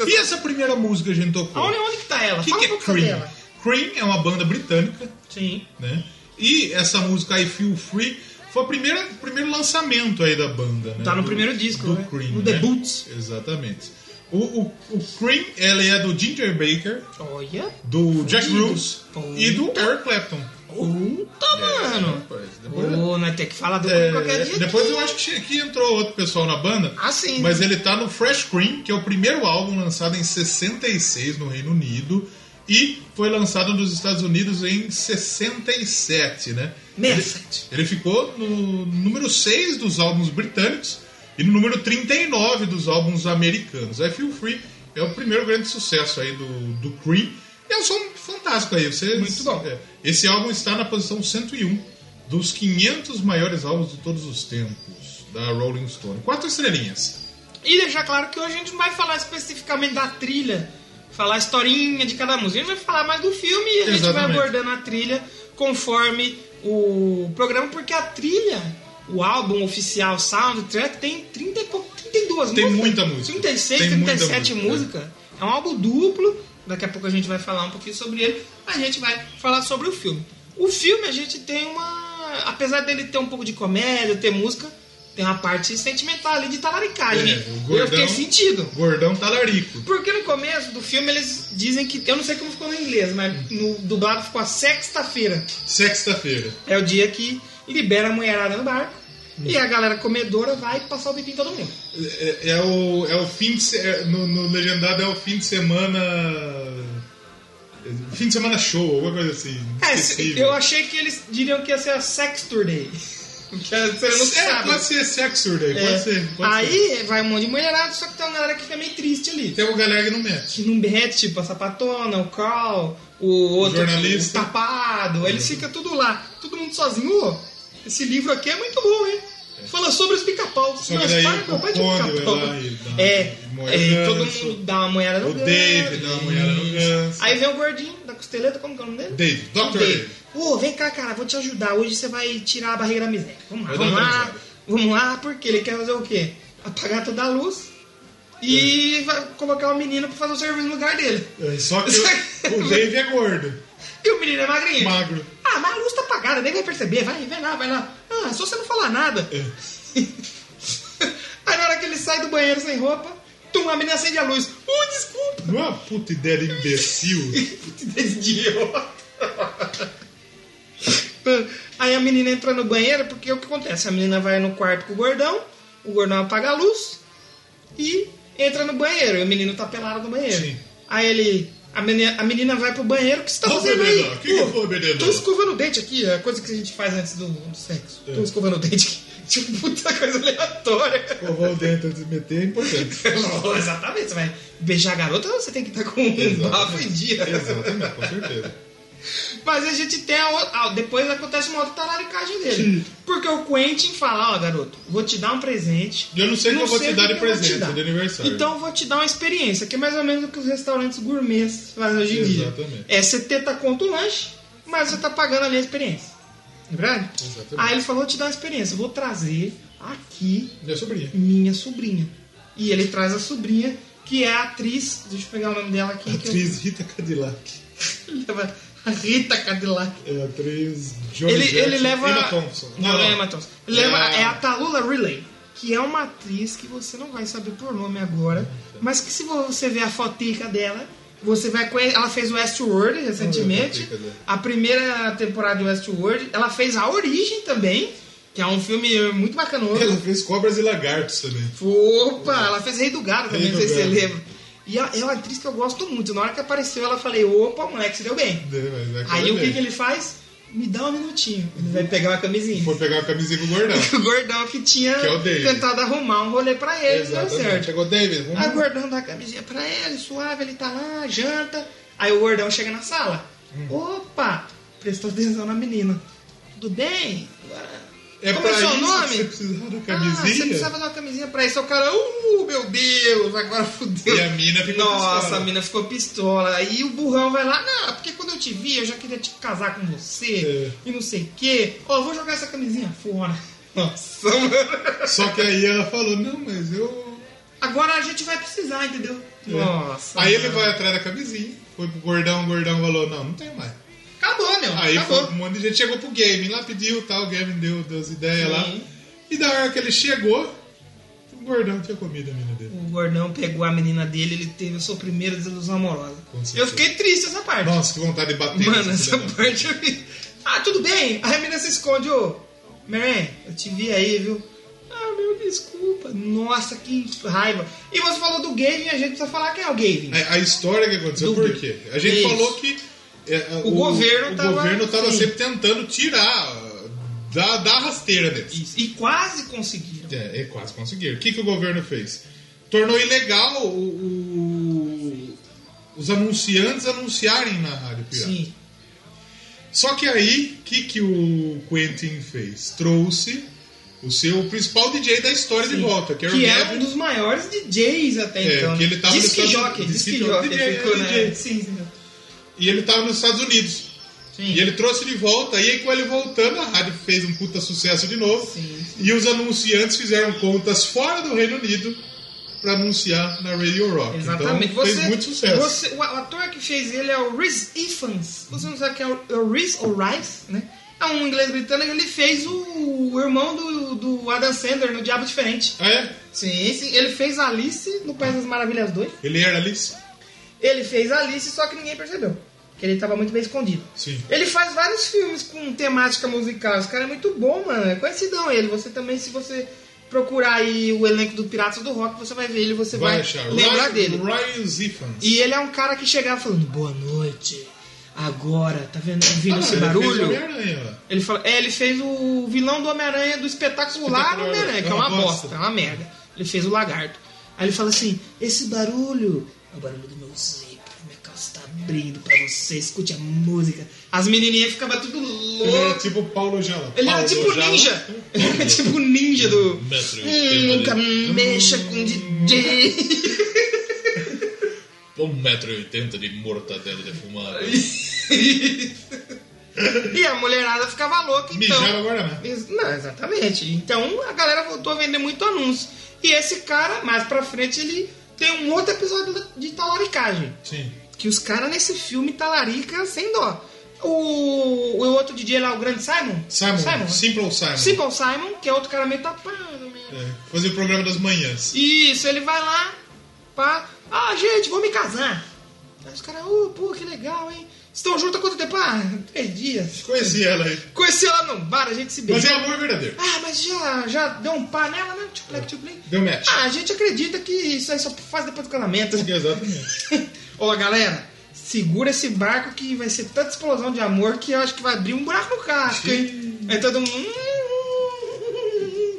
E essa primeira música que a gente tocou?
Aonde, onde que tá ela?
O que,
Fala um
que é
pouco sobre
Cream?
ela.
Cream é uma banda britânica,
Sim.
né? E essa música I Feel Free foi o primeiro, primeiro lançamento aí da banda, né?
Tá no
Do-
primeiro disco,
do
né?
Cream,
No
né?
debut.
Exatamente. O, o, o Cream, ela é do Ginger Baker,
Olha.
do Jack
Fudido.
Bruce e do Eric Clapton.
Puta, mano.
Rapaz, depois-
Ô, nós temos que falar do
é,
qualquer dia. né?
depois eu acho que, que entrou outro pessoal na banda.
Ah, sim.
Mas ele tá no Fresh Cream, que é o primeiro álbum lançado em 66 no Reino Unido. E foi lançado nos Estados Unidos em 67, né? Ele,
67.
ele ficou no número 6 dos álbuns britânicos e no número 39 dos álbuns americanos. I Feel Free é o primeiro grande sucesso aí do, do Cream. E é um som fantástico aí. Você,
Muito bom.
é, esse álbum está na posição 101 dos 500 maiores álbuns de todos os tempos da Rolling Stone. Quatro estrelinhas.
E deixar claro que hoje a gente não vai falar especificamente da trilha, falar a historinha de cada música. A gente vai falar mais do filme e a gente vai
Exatamente.
abordando a trilha conforme o programa, porque a trilha, o álbum oficial Soundtrack, tem 30 e pouco, 32
Tem
músicas.
muita música.
36,
Tem muita
37
música,
músicas. É um álbum duplo. Daqui a pouco a gente vai falar um pouquinho sobre ele. A gente vai falar sobre o filme. O filme a gente tem uma. Apesar dele ter um pouco de comédia, ter música, tem uma parte sentimental ali de talaricagem.
É,
né?
o gordão-
Eu fiquei sentido.
Gordão Talarico.
Porque no começo do filme eles dizem que. Eu não sei como ficou no inglês, mas no dublado ficou a sexta-feira.
Sexta-feira.
É o dia que libera a mulherada no barco. E a galera comedora vai passar o bico em todo mundo.
É, é o, é o fim de se- é, no, no legendado é o fim de semana é, fim de semana show alguma coisa assim
É,
inesquecível.
eu achei que eles diriam que ia ser a Sex Tour Day. Que é, você não
é,
sabe.
pode ser sexo daí
É.
pode ser pode ser.
Aí vai um monte de mulherada, só que tem uma galera que fica meio triste ali.
tem uma galera que não mete
Que não mete, tipo a sapatona, o Carl, o outro tipo,
jornalista.
o tapado, eles ficam tudo lá, todo mundo sozinho. Ô, esse livro aqui é muito bom, hein? Fala sobre os pica-pau.
É. Só que
Meus
daí
pais,
o
meu pai tinha um
Conde
pica-pau.
vai lá e dá
É,
uma
é, todo
ganso.
mundo dá uma moeda no
O David dá uma moeda no ganso.
Aí vem o gordinho da costeleta, como que é o nome dele?
David, Dr.
Dave.
David.
Ô, vem cá, cara, vou te ajudar. Hoje você vai tirar a barriga da miséria. Vamos lá,
Vai
vamos
dar uma
lá.
organizada.
Vamos lá, porque ele quer fazer o quê? Apagar toda a luz e vai colocar o menino pra fazer o serviço no lugar dele.
É, só que o, o Dave é gordo
E o menino é magrinho.
magro
Ah, mas a luz tá apagada, nem vai perceber. Vai, vai lá, vai lá. Ah, só você não falar nada. Aí na hora que ele sai do banheiro sem roupa, tum, a menina acende a luz. Uh, desculpa.
não é uma puta ideia de imbecil
Idiota. Aí a menina entra no banheiro, porque o que acontece? A menina vai no quarto com o gordão, o gordão apaga a luz e entra no banheiro. E o menino tá pelado no banheiro.
Sim.
Aí ele. A menina, a menina vai pro banheiro, o que você tá
Ô,
fazendo aí?
Bernardo, o que que foi, Bernardo?
Tô escovando o dente aqui, é a coisa que a gente faz antes do, do sexo.
É.
Tô escovando o dente aqui. Tipo, puta coisa aleatória.
escovar o dente antes de meter é importante
Oh, Exatamente, você vai beijar a garota, você tem que estar com um
Exato.
bafo em dia.
exatamente com certeza
Mas a gente tem a outra. ah, depois acontece uma outra talaricagem dele. Porque o Quentin fala, ó, garoto, vou te dar um presente.
Eu não sei o que eu vou te
o
dar
que
de
eu vou te
presente, é de aniversário.
Então eu vou te dar uma experiência, que é mais ou menos o que os restaurantes gourmets fazem hoje em dia.
Exatamente.
É 70 conto o lanche, mas você tá pagando ali a experiência. Não é Verdade?
Exatamente.
Aí ele falou, vou te dar uma experiência, vou trazer aqui
minha é sobrinha
minha sobrinha. E ele traz a sobrinha, que é a atriz, deixa eu pegar o nome dela aqui. que eu-
atriz Rita Cadillac
a Rita Cadillac.
É a atriz Johnny
Ele, ele
Jackson.
leva.
Emma Thompson.
Não, não é Emma Thompson. Ele leva-
É a-
é a Talula Riley, que é uma atriz que você não vai saber por nome agora, mas que se você ver a fotica dela, você vai conhecer. Ela fez Westworld recentemente,
fotica dela.
a primeira temporada de Westworld. Ela fez A Origem também, que é um filme muito bacanoso.
Ela fez Cobras e Lagartos também.
Opa, ela fez Rei do Gado também,
Rei
não
do
sei se você
Gado.
lembra. E ela- é uma atriz que eu gosto muito. Na hora que apareceu, ela falei, opa, moleque, se deu bem.
Né, mas é
Aí
coisa
o que,
dele.
que ele faz? Me dá um minutinho. Ele vai pegar uma camisinha.
Uhum. Foi pegar a camisinha com o gordão.
O gordão que tinha
Que é o David.
tentado arrumar um rolê pra ele, não deu
Exatamente.
certo.
Chegou David. Vamos...
Aí o gordão dá a camisinha pra ele, suave, ele tá lá, janta. Aí o gordão chega na sala.
Hum.
Opa, prestou atenção na menina. Tudo bem? Agora,
é
Como
pra
é seu
isso que
nome?
você precisava da
Ah, você
camisinha?
precisa fazer uma camisinha pra isso. Aí o cara, uh, meu Deus, agora fudeu.
E a mina ficou
Nossa,
pistola.
a mina ficou pistola. Aí o burrão vai lá, não, porque quando eu te vi, eu já queria te casar com você
É.
e não sei o quê. Ó, vou jogar essa camisinha fora. Nossa, mano.
Só que aí ela falou, não, mas eu...
Agora a gente vai precisar, entendeu? Nossa.
Aí ele vai atrás da camisinha. Foi pro gordão, o gordão falou, não, não tem mais.
Acabou, meu.
Aí
acabou.
um monte de gente chegou pro Game lá, pediu tal, o Game deu, deu as ideias lá.
Sim.
E da hora que ele chegou, o gordão tinha comido a mina dele.
O gordão pegou a menina dele, ele teve a sua primeira desilusão amorosa.
Com
Eu
certeza.
fiquei triste essa parte.
Nossa, que vontade de bater.
Mano,
nesse
essa
filho da-
parte eu vi. Ah, tudo bem. Aí a menina se esconde, ô. Mary, eu te vi aí, viu? Ah, meu, desculpa. Nossa, que raiva. E você falou do Gavin, a gente precisa falar quem é o Gavin.
A, a história que aconteceu,
Do-
por quê? A gente
Isso.
falou que é,
O governo
o
tava-
governo tava
sim.
sempre tentando tirar da, da rasteira deles.
Isso. E quase conseguiram.
É, é, quase conseguiram. O que, que o governo fez? Tornou ilegal o- o- os anunciantes anunciarem na Rádio Pirata.
Sim.
Só que aí, o que, que o Quentin fez? Trouxe o seu principal DJ da história de volta, que era
Que
o
é
Gavin.
um dos maiores DJs até
É,
então.
que ele tava
Disque
lutando-
jockey,
disque
disque
jockey,
jockey,
DJ,
ficou,
DJ.
né? Sim, sim.
E ele tava nos Estados Unidos.
Sim.
E ele trouxe de volta, e aí com ele voltando, a rádio fez um puta sucesso de novo.
Sim.
E os anunciantes fizeram contas fora do Reino Unido pra anunciar na Radio Rock.
Exatamente.
Então,
você,
fez muito sucesso.
você- o, o ator que fez ele é o Rhys Ifans. Você não sabe quem é o, é o Rhys ou Rice, né? É um inglês britânico. Ele fez o, o irmão do, do Adam Sandler no Diabo Diferente.
Ah, é?
Sim, sim. Ele fez Alice no País das Maravilhas 2.
Ele era Alice?
Ele fez Alice, só que ninguém percebeu. Que ele tava muito bem escondido.
Sim.
Ele faz vários filmes com temática musical. Esse cara é muito bom, mano. É conhecidão ele. Você também, se você procurar aí o elenco do Piratas do Rock, você vai ver ele, você vai, lembrar
Ryan,
dele.
Ryan Ziffans.
E ele é um cara que chegava falando, boa noite, agora, tá vendo
Ah,
ouvindo esse
ele fez
barulho?
Homem-Aranha, né? lá.
Ele, fala, é, ele fez o vilão do Homem-Aranha do espetacular
Espetacular,
Homem-Aranha, que é uma bosta, é uma merda. Ele fez o lagarto. Aí ele fala assim: esse barulho é o barulho do meu zíper, minha calça tá abrindo pra você, escute a música. As menininhas ficavam tudo
Ele era
loucas.
tipo o Paulo Jala.
Ele era
Paulo
tipo
Jala. um
ninja. Ele era tipo ninja do.
Metro e
Hum,
oitenta
nunca mexa com DJ.
Um metro e oitenta de mortadela defumada.
Então- E a mulherada ficava louca, então.
Mijava agora, né?
Ex- Não, exatamente. Então a galera voltou a vender muito anúncio. E esse cara, mais pra frente, ele tem um outro episódio da- de talaricagem.
Sim.
Que os caras nesse filme talarica sem dó. O, o outro DJ lá, o grande Simon.
Simon.
Simon. né?
Simple Simon.
Simple Simon, que é outro cara meio tapado mesmo.
É, fazia o programa das manhãs.
Isso, ele vai lá, pá. Ah, gente, vou me casar. Aí os caras, oh, pô, que legal, hein? Estão juntos há quanto tempo? Ah, três dias.
Conheci ela aí.
Conheci ela num bar, a gente se beijou.
Mas é amor verdadeiro.
Ah, mas já, já deu um pá nela, né? Tipo, like, tipo, like.
Deu match.
Ah, a gente acredita que isso aí só faz depois do casamento.
Exatamente.
Ó, galera, segura esse barco que vai ser tanta explosão de amor que eu acho que vai abrir um buraco no casco, hein? Aí todo mundo. "Hum,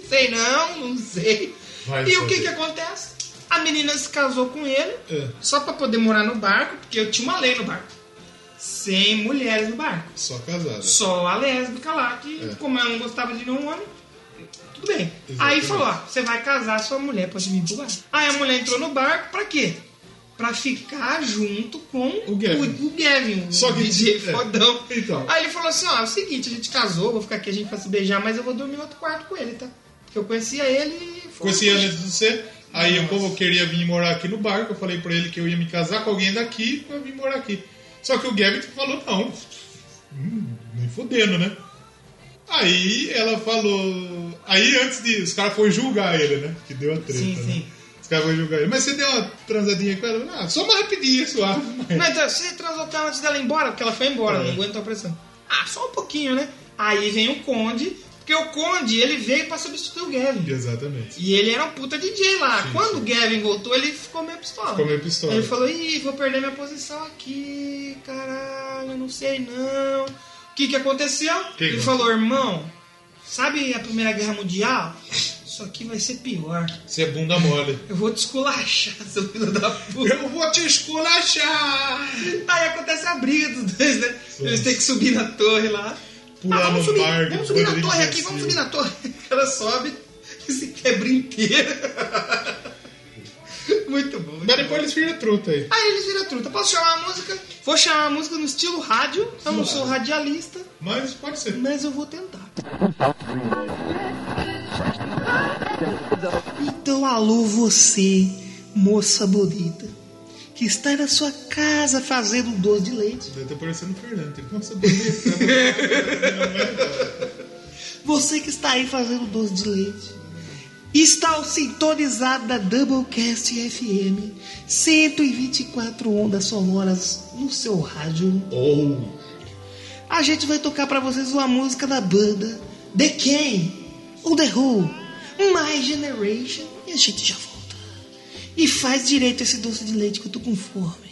Sei não, não sei.
Vai
e o que
saber.
que acontece? A menina se casou com ele
É.
só pra poder morar no barco, porque eu tinha uma lei no barco. Sem mulheres no barco.
Só casada.
Só a lésbica lá, que
É.
como ela não gostava de nenhum homem, tudo bem. Aí
Exatamente.
falou, ó, você vai casar sua mulher pode vir pro barco. Aí a mulher entrou no barco pra quê? Pra ficar junto com
O Gavin.
o, o Gavin, o
Só que-
DJ
é.
fodão.
Então.
Aí ele falou assim, ó, é o seguinte, a gente casou, vou ficar aqui, a gente vai se beijar, mas eu vou dormir em outro quarto com ele, tá? Porque eu conhecia ele e foi.
Conheci ela antes de você. Aí eu, como eu queria vir morar aqui no barco, eu falei pra ele que eu ia me casar com alguém daqui pra vir morar aqui. Só que o Gavin falou, não. Hum, nem fodendo, né? Aí ela falou. Aí antes de. Os caras foram julgar ele, né? Que deu a treta.
Sim,
né?
sim.
Os caras foram julgar ele. Mas você deu uma transadinha com ela? Ah, só uma rapidinha suave.
Não, então, você transou com ela antes dela ir embora, porque ela foi embora,
É.
não aguentou a pressão. Ah, só um pouquinho, né? Aí vem o Conde, porque o Conde, ele veio pra substituir o Gavin.
Exatamente.
E ele era um puta DJ lá.
Sim,
Quando
sim.
o Gavin voltou, ele ficou meio pistola.
Ficou meio pistola.
Ele falou, ih, vou perder minha posição aqui, caralho, não sei não. O que que aconteceu?
Que
ele
que
falou, irmão, sabe a Primeira Guerra Mundial? Isso aqui vai ser pior.
Você é bunda mole.
Eu vou te esculachar, seu filho da puta.
Eu vou te esculachar!
Aí acontece a briga dos dois, né? Eles têm que subir na torre lá.
Pular
ah,
no
vamos subir,
barco, assim.
vamos subir na
bandeira
torre
de
aqui, vamos
Brasil.
subir na torre. Ela sobe e se quebra inteira. Muito bom. muito
Mas depois eles viram truta aí.
Aí eles viram truta. Posso chamar a música? Vou chamar a música no estilo rádio. Eu não sou radialista,
Mas pode ser.
mas eu vou tentar. Então, alô você, moça bonita, que que está na sua casa fazendo um doce de leite.
Deve estar parecendo o Fernando. Tem nossa bonita.
Você que está aí fazendo doce de leite. Está sintonizado da Doublecast FM 124 ondas sonoras no seu rádio.
Ou
A gente vai tocar pra vocês uma música da banda The Can ou The Who, My Generation e a gente já volta. E faz direito esse doce de leite que eu tô com fome.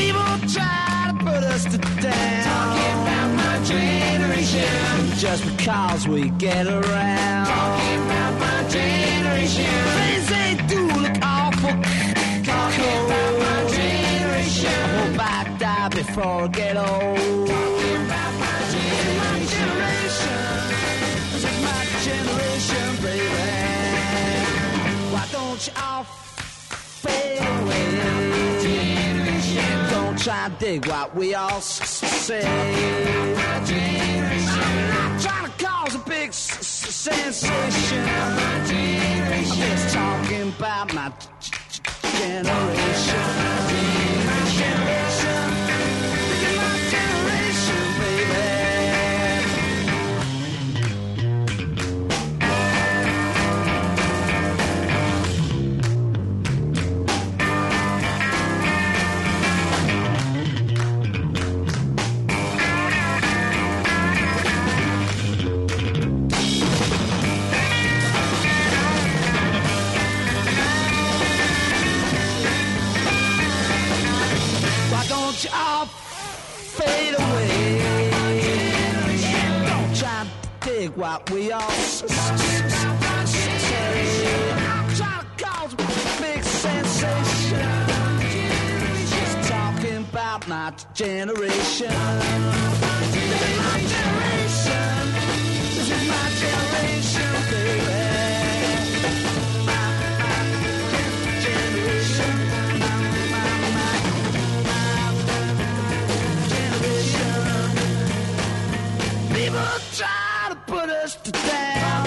People try to put us to down. Talking about my generation. Just because we get around. Talking about my generation. Things they do look awful. Talking about my generation. I hope I die before I get old. Talking about my generation. Take my generation, baby. Why don't you all fade away? Don't try to dig what we all s- s- say. I'm not trying to cause a big s- s- sensation. I'm just talking about my g- g- generation. My generation. Look at my generation, baby. Why don't you all fade away? Don't try to dig what we all s- s- s- say. I'm trying to cause a big sensation. Just talking about my generation. This is my generation. This is my generation, baby. My, my generation. My, my, my generation. People try to put us to down.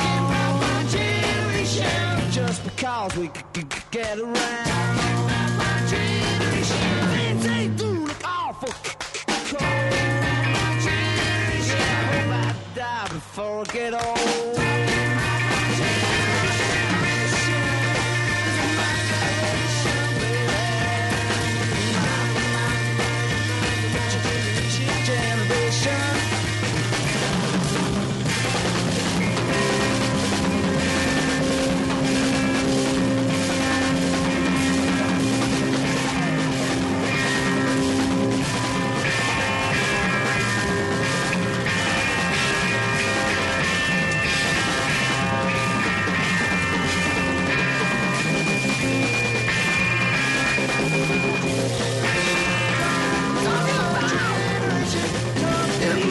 My generation. Just because we c- c- c- get around. My generation. Things they do look awful. c- c- cold. My generation. I hope I die before I get old. My generation. My generation, baby. Generation. In my generation,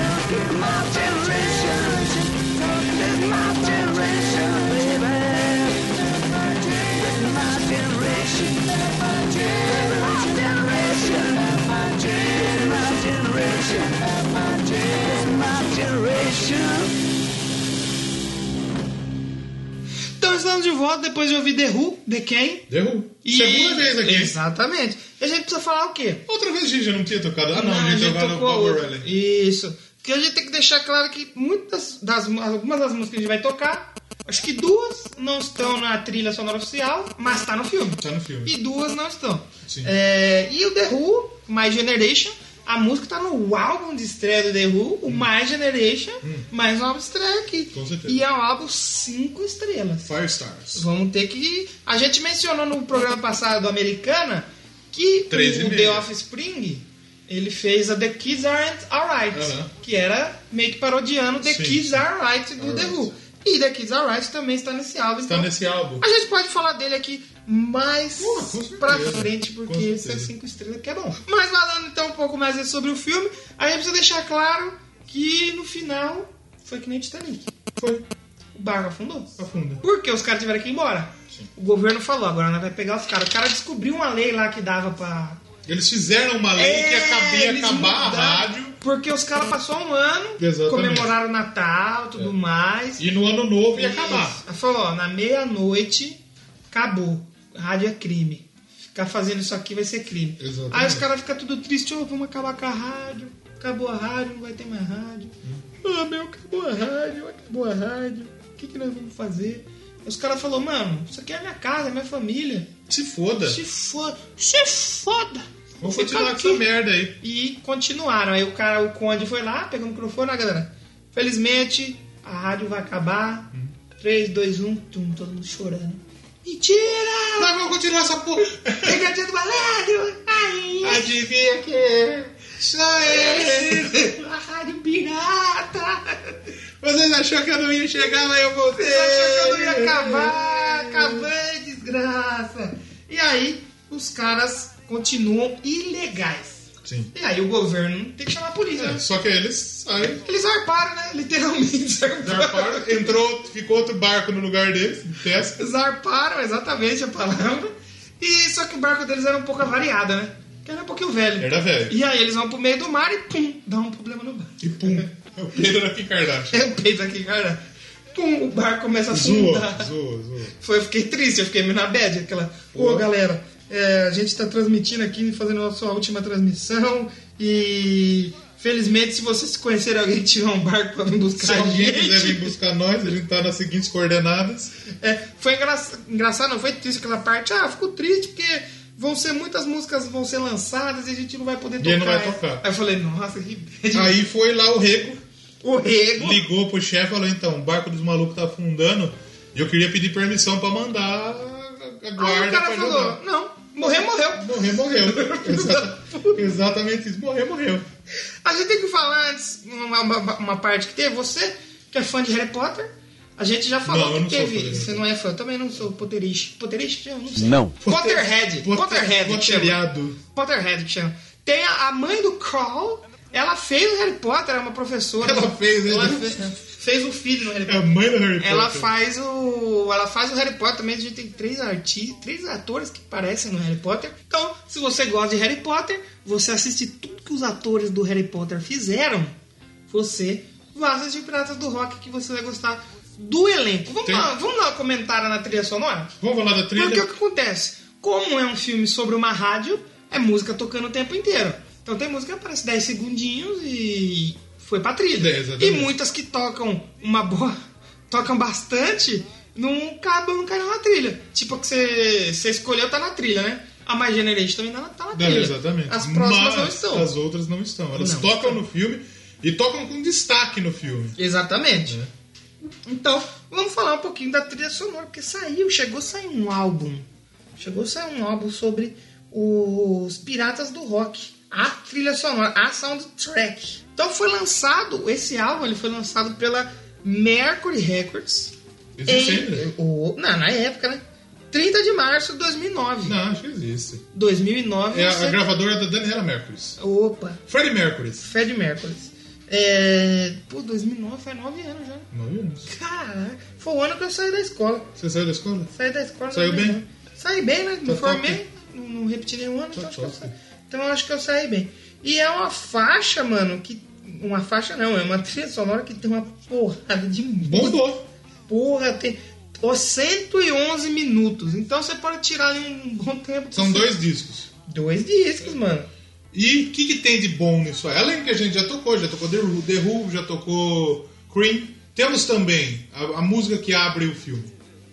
in my generation, in my generation, baby. In my generation, in my generation, in my generation, in my generation.
Então estamos de volta depois de ouvir The Who, The Can.
Derru. Segunda vez aqui.
Exatamente. E a gente precisa falar o quê?
Outra vez a gente já não tinha tocado. Ah, não,
Não,
a gente tocava no
tocou a
Power
outra.
Rally.
Isso. Porque a gente tem que deixar claro que muitas das algumas das músicas que a gente vai tocar, acho que duas não estão na trilha sonora oficial, mas está no filme.
Tá no filme.
E duas não estão.
Sim.
É, e o The Who, My Generation, a música tá no álbum de estreia do The Who, o My Generation, mais um álbum de estreia aqui.
Hum. Com certeza.
E é um álbum cinco estrelas.
Five Stars.
Vamos ter que. A gente mencionou no programa passado Americana que
Três e
o The
meia.
Offspring ele fez a The Kids Aren't Alright,
Aham.
que era meio que parodiando The
Sim.
Kids Are Alright do The
Alright.
Who. E The Kids Are Alright também está nesse álbum.
Está
então
Tá nesse álbum.
A gente pode falar dele aqui mais
Pô, com certeza.
pra frente,
Com
porque
certeza. Hum.
isso é cinco estrelas que é bom. Mas falando então um pouco mais sobre o filme, a gente precisa deixar claro que no final foi que nem Titanic.
Foi.
O barco afundou.
Afunda.
Porque os caras tiveram que ir embora. O governo falou, agora nós vai pegar os caras. O cara descobriu uma lei lá que dava pra
Eles fizeram uma lei que acabia
É, eles
acabar
mudaram,
a rádio
Porque os caras passaram um ano,
Exatamente. É.
comemoraram o Natal tudo mais.
e no ano novo ia
Isso.
acabar.
Ela falou, ó, na meia-noite, acabou. Rádio é crime. Ficar fazendo isso aqui vai ser crime.
Exatamente.
Aí os caras ficam tudo tristes, ô, vamos acabar com a rádio. Acabou a rádio, não vai ter mais rádio. Ah, meu, acabou a rádio, acabou a rádio. O que, que nós vamos fazer? Aí Os caras falaram, mano, isso aqui é minha casa, é minha família.
Se foda.
Se foda. Se foda. Vou
É. Vamos
ficar
continuar com
aqui.
essa merda aí.
E continuaram. Aí o cara, o Conde foi lá, pegou o microfone, ah, galera. Felizmente, a rádio vai acabar. 3, 2, 1, tum, todo mundo chorando. Mentira!
Mas vamos continuar essa porra.
Pegadinha do malandro! Ai, ai,
Adivinha quem é? Sou eu.
ai, a rádio pirata!
Vocês acharam que eu não ia chegar, mas eu voltei.
Você achou que eu não ia acabar? Acabei, desgraça! E aí, os caras continuam ilegais.
Sim.
E aí, o governo tem que chamar a polícia.
É,
né?
só que aí eles saem.
Eles arparam, né? Literalmente zarparam.
Zarparam, entrou, ficou outro barco no lugar deles, de pesca.
Zarparam, exatamente a palavra. E só que o barco deles era um pouco avariado, né? Que era um pouquinho velho.
Era velho.
E aí eles vão pro meio do mar e pum, dá um problema no barco.
E pum. é O Pedro aqui, Kardashian.
Eu peito aqui, cara. Pum, o barco começa a
Zoa,
afundar.
zoa, zoa.
Foi, eu fiquei triste, eu fiquei meio na bad. Aquela, ô galera, é, a gente tá transmitindo aqui, fazendo a sua última transmissão. E felizmente, se vocês conhecerem alguém que tiver um barco pra vir buscar
Se
a
alguém
gente.
quiser vir buscar nós, a gente tá nas seguintes coordenadas.
É, foi engra- engraçado, não foi triste aquela parte. Ah, ficou triste porque vão ser muitas músicas vão ser lançadas e a gente não vai poder
E
tocar.
não vai
né?
tocar.
Aí eu falei, nossa, que bad.
Aí foi lá o Reco,
o rego.
ligou pro chefe e falou: então, o barco dos malucos tá afundando e eu queria pedir permissão pra mandar a
Aí o
guarda
cara
pra
falou,
ajudar.
não, morrer, morreu.
Morrer, morreu. Exa- Exatamente isso, morrer, morreu.
A gente tem que falar antes, uma, uma- uma parte que teve. Você, que é fã de Harry Potter, a gente já falou
Não, eu
que
não sou fã de
teve.
Harry
Você
Potter.
não é fã, eu também não sou poterista. Poterista? Eu não sei.
Não.
Potterhead. Potterhead. que chama.
Poteriado.
Potterhead que chama. Tem a, a mãe do Carl, ela fez o Harry Potter, é uma professora.
Ela fez, né?
ela fez, fez o filho no Harry
É a
Potter.
mãe do Harry Potter.
Ela faz o. Ela faz o Harry Potter também. A gente tem três artistas, três atores que parecem no Harry Potter. Então, se você gosta de Harry Potter, você assiste tudo que os atores do Harry Potter fizeram, você vai assistir Piratas do Rock que você vai gostar do elenco. Vamos,
Tem-
lá, vamos dar uma comentada na trilha sonora?
Vamos falar da trilha?
Porque o que acontece? Como é um filme sobre uma rádio, é música tocando o tempo inteiro. Então tem música que aparece 10 segundinhos e foi pra trilha.
É, exatamente.
e muitas que tocam uma boa. tocam bastante, não cabem, não caem na trilha. Tipo a que você, você escolheu tá na trilha, né? A My Generation também tá na, tá na
Não,
trilha.
exatamente.
As próximas
Mas
não estão.
As outras não estão. Elas
Não.
tocam no filme e tocam com destaque no filme.
Exatamente.
É.
Então, vamos falar um pouquinho da trilha sonora, porque saiu, chegou a sair um álbum. Chegou a sair um álbum sobre os piratas do rock. A trilha sonora, a soundtrack. Então foi lançado, esse álbum ele foi lançado pela Mercury Records.
Existe
em-
ainda?
o- na, na época, né? 30 de março de 2009.
Não, acho que existe.
2009.
É
você-
a, a gravadora da Daniela Mercury.
Opa,
Freddie Mercury.
Fred Mercury. É, pô, 2009 faz 9 anos já. né?
Nove anos.
Caraca, foi o ano que eu saí da escola.
Você saiu da escola?
Saí da escola.
Saiu
não,
bem?
não. Saí bem, né? Me
Tá
formei, não, não repeti nenhum ano, então
Tá
acho, que eu
top.
saí, então eu acho que eu saí bem. E é uma faixa, mano, que. Uma faixa não, é uma trilha sonora que tem uma porrada de música.
Bombou.
Porra, tem. Ó, 111 minutos. Então você pode tirar ali um bom tempo. pra
São
você-
dois discos.
Dois discos, mano.
E o que, que tem de bom nisso aí? Além do que a gente já tocou, já tocou The Who, The Who, já tocou Cream. Temos também a, a música que abre o filme,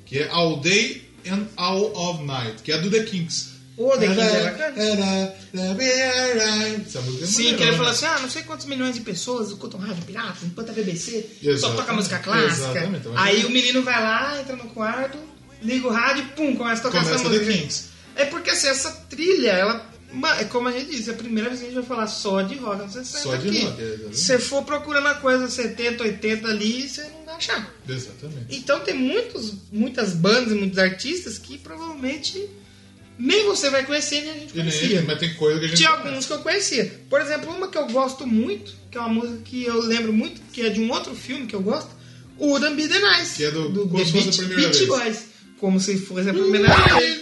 que é All Day and All of Night, que é do The Kinks.
Ô, The Kinks é bacana.
Essa música é
Sim,
maneira,
que ele
né?
falou assim: ah, não sei quantos milhões de pessoas escutam rádio pirata, enquanto a BBC só
Exatamente.
toca música clássica.
Exatamente.
Aí o menino vai lá, entra no quarto, liga o rádio, pum, começa a tocar
Começa
essa
The
música.
Kinks.
É porque assim, essa trilha, ela. ma- É como a gente disse, é a primeira vez que a gente vai falar só de rock. Não sei se
Só de rock, é, exatamente.
Se você for procurando a coisa 70, 80 ali, você não vai achar.
Exatamente.
Então tem muitos, muitas bandas e muitos artistas que provavelmente nem você vai conhecer, nem a gente
E nem-
conhecia.
mas tem coisa que a gente.
De alguns que eu conhecia. Por exemplo, uma que eu gosto muito, que é uma música que eu lembro muito, que é de um outro filme que eu gosto, o Wouldn't Be The Nice.
Que é do- como
The
se fosse a
Beach-
primeira
Beach
vez. Hum.
Boys. Como se fosse a primeira vez.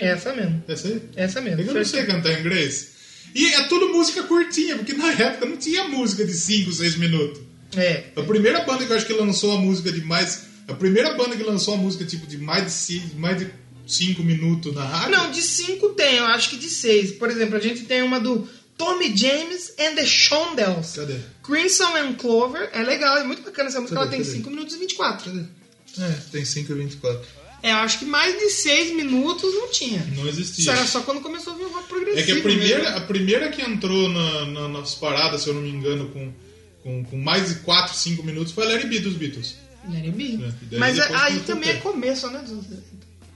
Essa mesmo.
Essa aí?
Essa mesmo.
Eu não sei cantar em inglês. E é tudo música curtinha, porque na época não tinha música de 5, 6 minutos.
É.
A primeira banda que eu acho que lançou a música de mais. A primeira banda que lançou a música tipo de mais de 5 mais de cinco minutos na rádio.
Não, de cinco tem, eu acho que de seis. Por exemplo, a gente tem uma do Tommy James and the Shondells.
Cadê?
Crimson and Clover. É legal, é muito bacana essa música.
Cadê?
Ela tem
Cadê?
5 minutos e 24.
É, tem 5 e 24.
É, eu acho que mais de seis minutos não tinha.
Não existia.
Isso era só quando começou a vir o rock progressivo. né?
É que a primeira,
mesmo.
a primeira que entrou na- na- nas paradas, se eu não me engano, com, com, com mais de 4, 5 minutos foi a Larry B dos Beatles.
Larry B.
É, e daí
Mas
depois
aí
começou
também
a ter.
é começo, né? dos-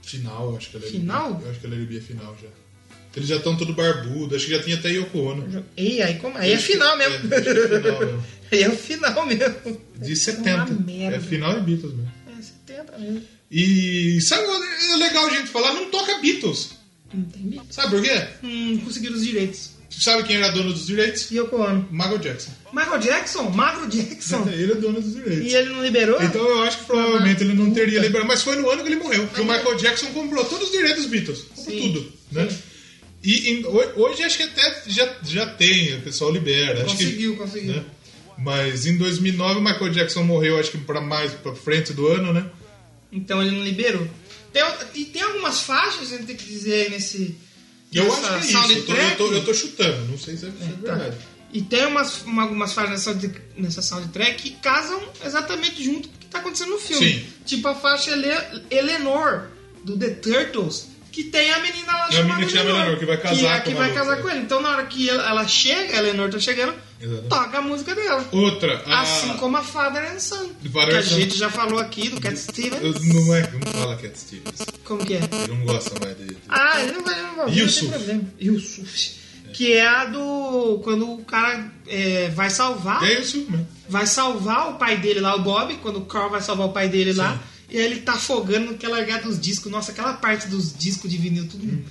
Final, eu acho que a Larry B-
Final?
Eu acho que a Larry B é final já. Eles já estão tudo barbudo, acho que já tinha até Yoko Ono.
E aí, como... aí é
Acho que-
final
é,
mesmo.
acho que é final mesmo.
Aí é o final mesmo. É
De
Uma
70.
merda.
É final é Beatles mesmo.
É 70 mesmo.
E sabe, o- é legal a gente falar, não toca Beatles.
Não tem Beatles.
Sabe por quê?
Hum, conseguiram os direitos.
Sabe quem era dono dos direitos?
Yoko Ono.
Michael Jackson.
Michael Jackson? Magro Jackson?
Ele é dono dos direitos.
E ele não liberou?
Então eu acho que provavelmente ele não teria
Puta. é.
liberado. Mas foi no ano que ele morreu. Que o Michael Jackson comprou todos os direitos dos Beatles. Comprou
Sim.
tudo. Né? E, em- ho- hoje acho que até já, já tem, o pessoal libera. Acho que-
conseguiu, conseguiu.
né? Mas em 2009 o Michael Jackson morreu, acho que para mais para frente do ano, né?
Então ele não liberou. Tem, o- e tem algumas faixas, a gente tem que dizer aí nesse.
E eu
nessa
acho que é isso. Eu tô,
soundtrack.
eu, tô, eu tô chutando, não sei se é, se é
Tá.
verdade.
E tem umas, uma- algumas faixas nessa, sound- nessa soundtrack que casam exatamente junto com o que tá acontecendo no filme.
Sim.
Tipo a faixa Ele- Eleanor, do The Turtles, que tem a menina lá
a
chamada
menina que chama Eleanor, que vai casar
que, é a
com
que
o
vai
maluco,
casar
é.
com ele. Então na hora que ela, ela chega, a Eleanor tá chegando,
Exatamente.
toca a música dela.
Outra, a...
Assim como a Father and Son.
Do
Que
Father
a
and Son.
gente já falou aqui do Cat Stevens.
Eu- não é, não fala Cat Stevens.
Como que é?
Ele não gosta mais de. de-
Ah, ele não vai, não vai ouvir,
Yusuf.
não tem problema. Yusuf. Que é a do. Quando o cara é, vai salvar.
É isso mesmo.
Vai salvar o pai dele lá, o Bob. Quando o Carl vai salvar o pai dele lá. E aí ele tá afogando, quer largar dos discos. Nossa, aquela parte dos discos de vinil, tudo.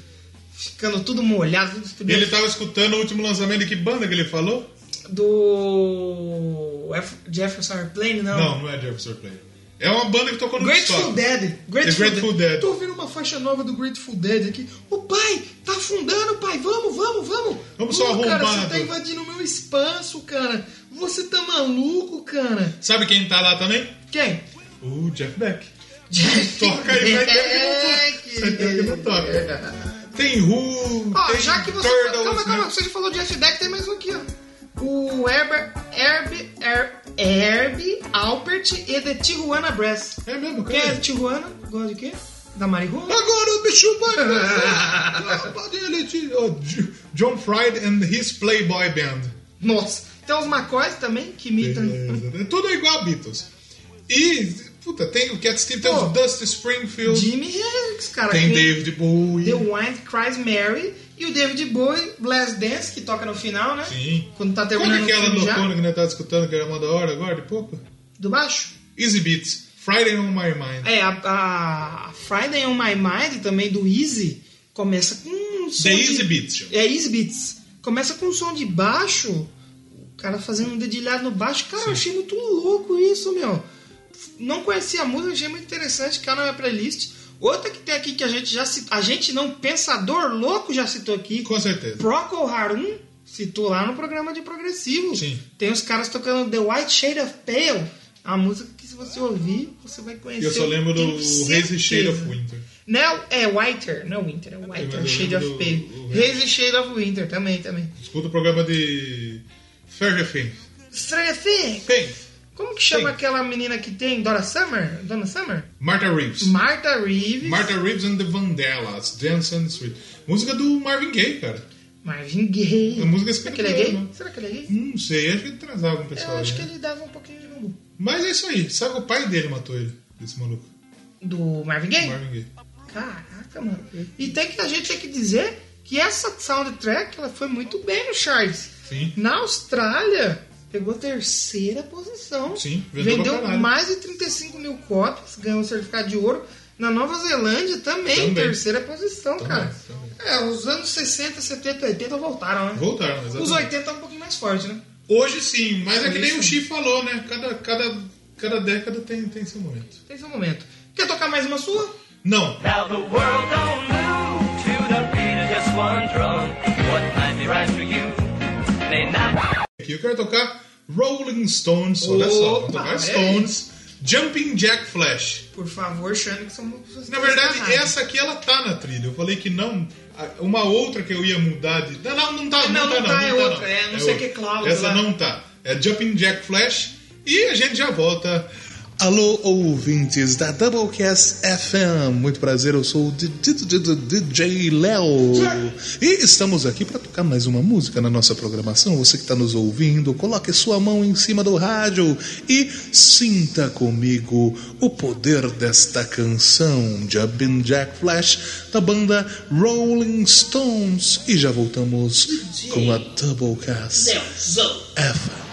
Ficando tudo molhado, tudo
E
fodido.
Hum. ele tá- tava escutando o último lançamento de que banda que ele falou?
Do. F- Jefferson Airplane, não.
Não, não é Jefferson Airplane. É uma banda que tocou no
Grateful
Woodstock.
Dead.
Grateful Dead.
Tô ouvindo uma faixa nova do Grateful Dead aqui. O pai, tá afundando, pai. Vamos, vamos, vamos.
Vamos só
Ô, Cara, você
arrombado.
tá invadindo o meu espaço, cara. Você tá maluco, cara.
Sabe quem tá lá também?
Quem?
O Jeff Beck. Toca aí, vai
É,
ter que não toca. Vai ter que não toca. Tem Who,
Ó,
tem
já que você... tá-
Turtles,
calma, calma.
né?
Você já falou de Jeff Beck, tem mais um aqui, ó. O Herbert, Herbie, Her, Herbie Alpert e The Tijuana Brass.
É mesmo,
Quem é
cara.
Tijuana? Gosta de quê? Da Marihuana?
Agora o bicho vai Ele- ó, J- John Fried and his Playboy Band.
Nossa. Tem os McCoys também, que imitam...
Beleza. Tudo é igual a Beatles. E, puta, tem o Cat Steve, tem
Pô.
os Dusty Springfield,
Jimi Hendrix, cara.
tem
com
David Bowie.
The Wind Cries Mary e o David Bowie, Blast Dance, que toca no final, né?
Sim.
Quando tá
Qual é
terminando o
aquela
filme já.
loucona que nós tava escutando, que era uma da hora agora, de pouco?
Do baixo.
Easy Beats, Friday on My Mind.
É, a, a Friday on My Mind, também do Easy, começa com um som
The
de-
Easy Beats. chama.
É, Easy Beats. Começa com um som de baixo, o cara fazendo um dedilhado no baixo. Cara, eu achei muito louco isso, meu. Não conhecia a música, achei muito interessante, cara, na minha playlist. Outra que tem aqui que a gente já citou, a gente não, Pensador Louco já citou aqui.
Com certeza.
Procol Harum citou lá no programa de progressivo.
Sim.
Tem os caras tocando The White Shade of Pale, a música que se você ouvir, você vai
E
conhecer.
eu só lembro do
tenho certeza.
Hazy Shade of Winter.
Não, é Whiter, não Winter, é Whiter,
mas eu
Shade
lembro
of
do-
Pale.
o-
Hazy Shade of Winter também, também.
Escuta o programa de Fair Thing.
Estranha Thing,
Tem
como que chama
Sim.
aquela menina que tem? Dora Summer? Dona Summer?
Martha Reeves.
Marta Reeves.
Martha Reeves and the Vandellas, Dance and Sweet. Música do Marvin Gaye, cara.
Marvin Gaye.
A música
Será que ele é gay?
escrita.
Será que ele é gay?
Não sei, acho que ele transava com o
Eu
pessoal.
acho que
aí, né?
ele dava um pouquinho de bumbum.
Mas é isso aí. Sabe que o pai dele matou ele, desse maluco.
Do Marvin Gaye?
Marvin Gaye.
Caraca, mano. E tem que a gente tem que dizer que essa soundtrack ela foi muito bem no Charles.
Sim.
Na Austrália, pegou terceira posição.
Sim, vendeu pra
vendeu
caralho.
mais de 35 mil cópias, ganhou o certificado de ouro. Na Nova Zelândia também,
Também.
terceira posição,
Também,
cara.
também.
É, os anos 60, 70, 80 voltaram, né?
Voltaram,
Os
exatamente.
80 é um pouquinho mais forte, né?
Hoje sim, mas é que nem
Isso.
o Chi falou, né? Cada, cada, cada década tem, tem seu momento.
Tem seu momento. Quer tocar mais uma sua?
Não,
Now the world don't move to
one drunk, what might be right for you may not
Aqui eu quero tocar Rolling Stones, olha só, vou
Opa,
tocar
é.
Stones, Jumping Jack Flash.
Por favor, chame que são músicas.
Na verdade,
erradas.
essa aqui ela tá na trilha. Eu falei que não. a- Uma outra que eu ia mudar de. Não, não, não tá.
Não, não
tá,
tá, é
não
outra, é, não sei
outra.
que cláusula.
Essa não tá. É Jumping Jack Flash e a gente já volta. Alô, ouvintes da Doublecast FM. Muito prazer, eu sou o D- D- D- D- DJ Léo. E estamos aqui para tocar mais uma música na nossa programação. Você que está nos ouvindo, coloque sua mão em cima do rádio e sinta comigo o poder desta canção de Abin Jack Flash da banda Rolling Stones. E já voltamos com a Doublecast FM.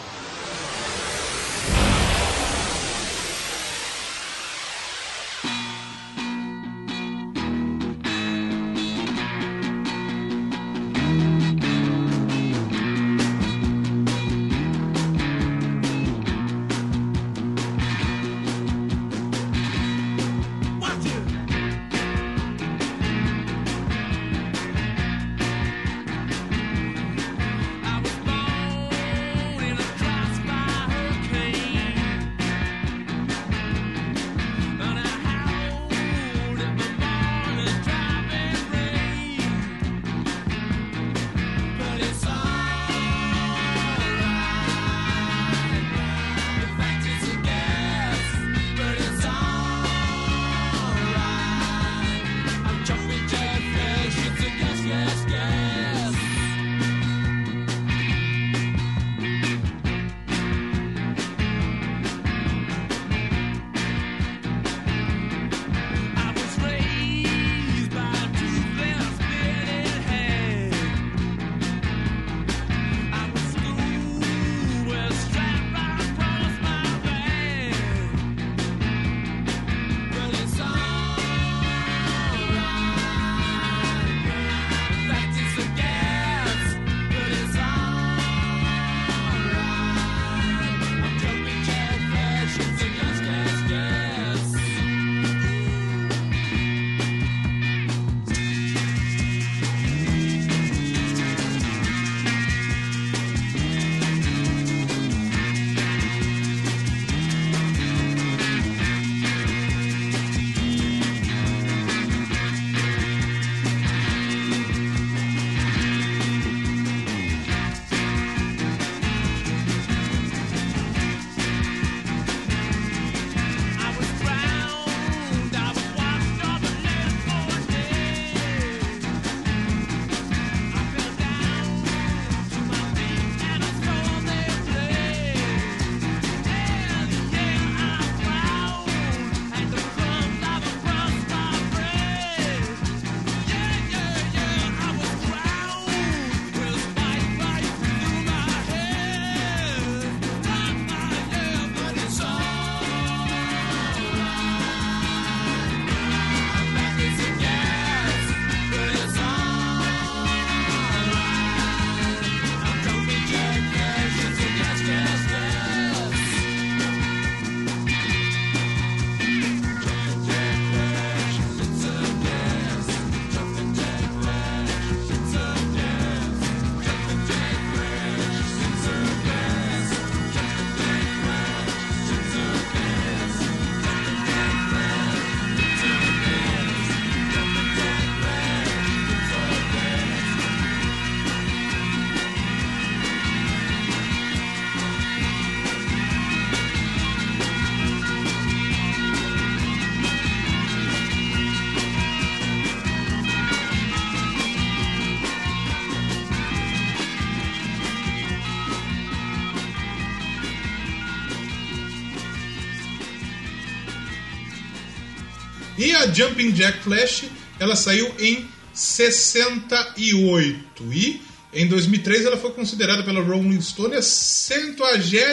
E a Jumping Jack Flash, ela saiu em 68 e em 2003 ela foi considerada pela Rolling Stone a 100,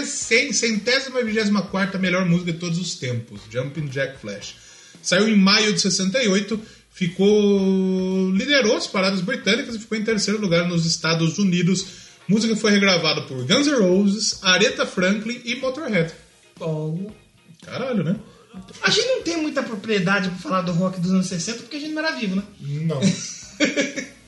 100, centésima e vigésima quarta melhor música de todos os tempos, Jumping Jack Flash. Saiu em maio de 68, ficou liderou as paradas britânicas e ficou em terceiro lugar nos Estados Unidos. Música foi regravada por Guns N' Roses, Aretha Franklin e Motorhead.
Paulo.
Caralho, né?
A gente não tem muita propriedade pra falar do rock dos anos 60 porque a gente não era vivo, né?
Não.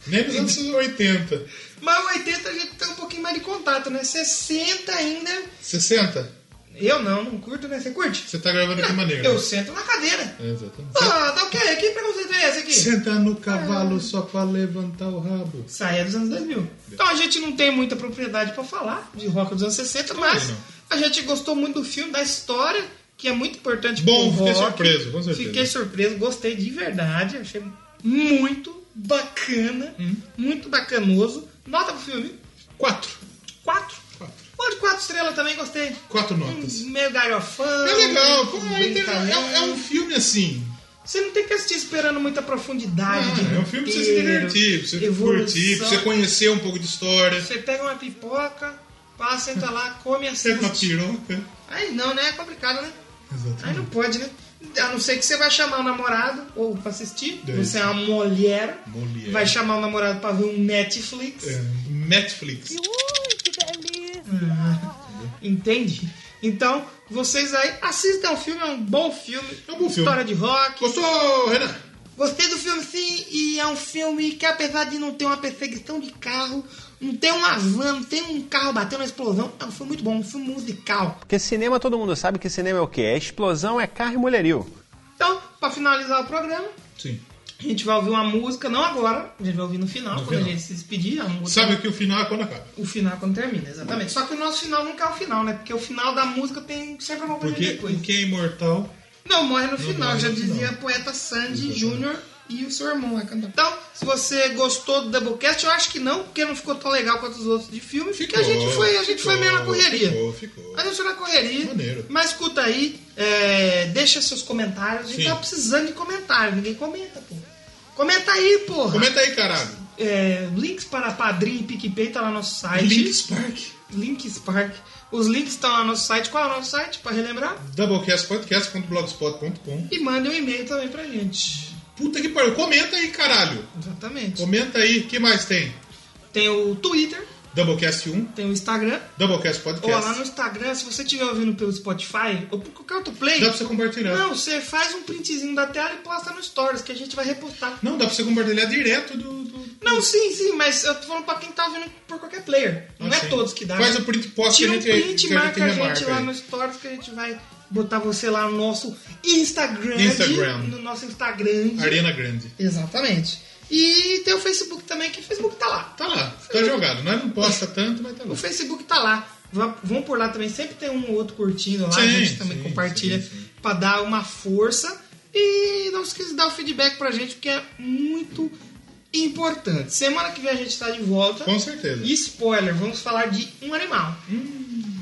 Nem nos anos 80.
Mas o 80 a gente tem um pouquinho mais de contato, né? 60 ainda.
60?
Eu não, não curto, né? Você curte?
Você tá gravando de que maneira?
Eu sento na cadeira.
É, exatamente.
Ah, tá o quê? Que preconceito é esse aqui?
Senta no cavalo só pra levantar o rabo.
Isso aí é dos anos 2000. Então a gente não tem muita propriedade pra falar de rock dos anos 60, mas
não.
a gente gostou muito do filme, da história, que é muito importante
Bom,
pro
fiquei
rock.
surpreso, com certeza.
Fiquei surpreso, gostei de verdade, achei muito bacana,
Hum?
muito bacanoso. Nota pro filme?
Quatro.
Quatro.
Quatro.
Pode quatro estrelas também, gostei.
Quatro notas.
Um meio galhofão.
É legal, pô, é,
bem
inter- é- é um filme assim.
Você não tem que assistir esperando muita profundidade.
Ah,
de
é um filme pra você se
roteiro,
divertir, pra você
evolução.
curtir, pra você conhecer um pouco de história.
Você pega uma pipoca, passa, senta lá, come
Você é uma
assim.
piroca.
Aí não, né? É complicado, né? Aí
Exatamente.
não pode, né? A não ser que você vai chamar o namorado ou pra assistir.
Deve
Você é uma mulher.
Mulher.
Vai chamar o namorado pra ver um Netflix.
É, Netflix.
Entende? Então, vocês aí assistam o filme, é um bom filme.
É um bom filme.
História de rock.
Gostou, Renan?
Gostei do filme sim, e é um filme que apesar de não ter uma perseguição de carro, não ter uma van, não ter um carro batendo na explosão, é um filme muito bom, um filme musical.
Porque cinema, todo mundo sabe que cinema é o quê? É explosão, é carro e mulherio.
Então, pra finalizar o programa,
Sim.
a gente vai ouvir uma música, não agora, a gente vai ouvir no final, quando a
final.
gente se despedir, a música,
Sabe que o final é quando acaba.
o final quando termina, exatamente. Só que o nosso final nunca é o final, né? Porque o final da música tem sempre uma coisa
Porque
depois.
o que é imortal
Não morre no final,
morre
já
no
dizia a poeta Sandy Júnior e o seu irmão lá cantando. Então, se você gostou do Doublecast, eu acho que não, porque não ficou tão legal quanto os outros de filme, porque a gente foi, a gente foi meio na correria.
Ficou, ficou.
A gente foi na correria.
Maneiro.
Mas escuta aí, é, deixa seus comentários. A gente
Sim.
tá precisando de comentário, ninguém comenta, pô. Comenta aí, porra.
Comenta aí, caralho.
É, links para Padrim e PicPay tá lá no nosso site.
Link Spark.
Link Spark. Os links estão lá no nosso site. Qual é o nosso site, pra relembrar?
Doublecastpodcast.blogspot.com
E manda um e-mail também pra gente.
Puta que pariu. Comenta aí, caralho.
Exatamente.
Comenta aí. O que mais tem?
Tem o Twitter,
Doublecast 1,
tem o Instagram.
Doublecast
Ou lá no
Podcast.
Instagram, se você estiver ouvindo pelo Spotify ou por qualquer outro play,
Dá pra você compartilhar.
não, você faz um printzinho da tela e posta no Stories, que a gente vai repostar.
Não, dá pra você compartilhar direto do. do-
Não, sim, sim, mas eu tô falando pra quem tá ouvindo por qualquer player. Não
Ah,
é
sim.
todos que dá.
Faz
né?
o print, posta
Tira
que a
um print,
gente- que a gente
marca a gente,
remarca
lá
aí.
no Stories que a gente vai botar você lá no nosso Instagram.
Instagram.
No nosso Instagram.
Arena Grande.
Exatamente. E tem o Facebook também, que o Facebook tá lá.
Tá lá, tá jogado. Nós não posta tanto, mas tá lá.
O Facebook tá lá. Vá- Vão por lá também. Sempre tem um ou outro curtindo lá. a
Sim,
gente também
sim,
compartilha
sim, sim.
pra dar uma força. E não esqueça de dar o feedback pra gente, porque é muito importante. Semana que vem a gente tá de volta.
Com certeza.
E spoiler, vamos falar de um animal.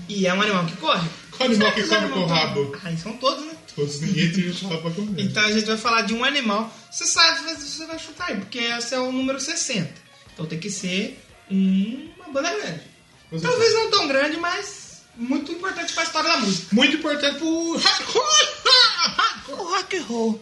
E é um animal que corre.
Hum. Qual
Será
animal que
os
come com o
animais-
rabo?
Ah, e são todos, né?
Todos ninguém tira o chapa pra comer.
Então a gente vai falar de um animal. Você sabe, mas você vai chutar aí, porque esse é o número 60. Então tem que ser uma banda grande.
Você
Talvez não tão grande, mas muito importante pra história da música.
Muito importante pro hardcore.
Rock and roll.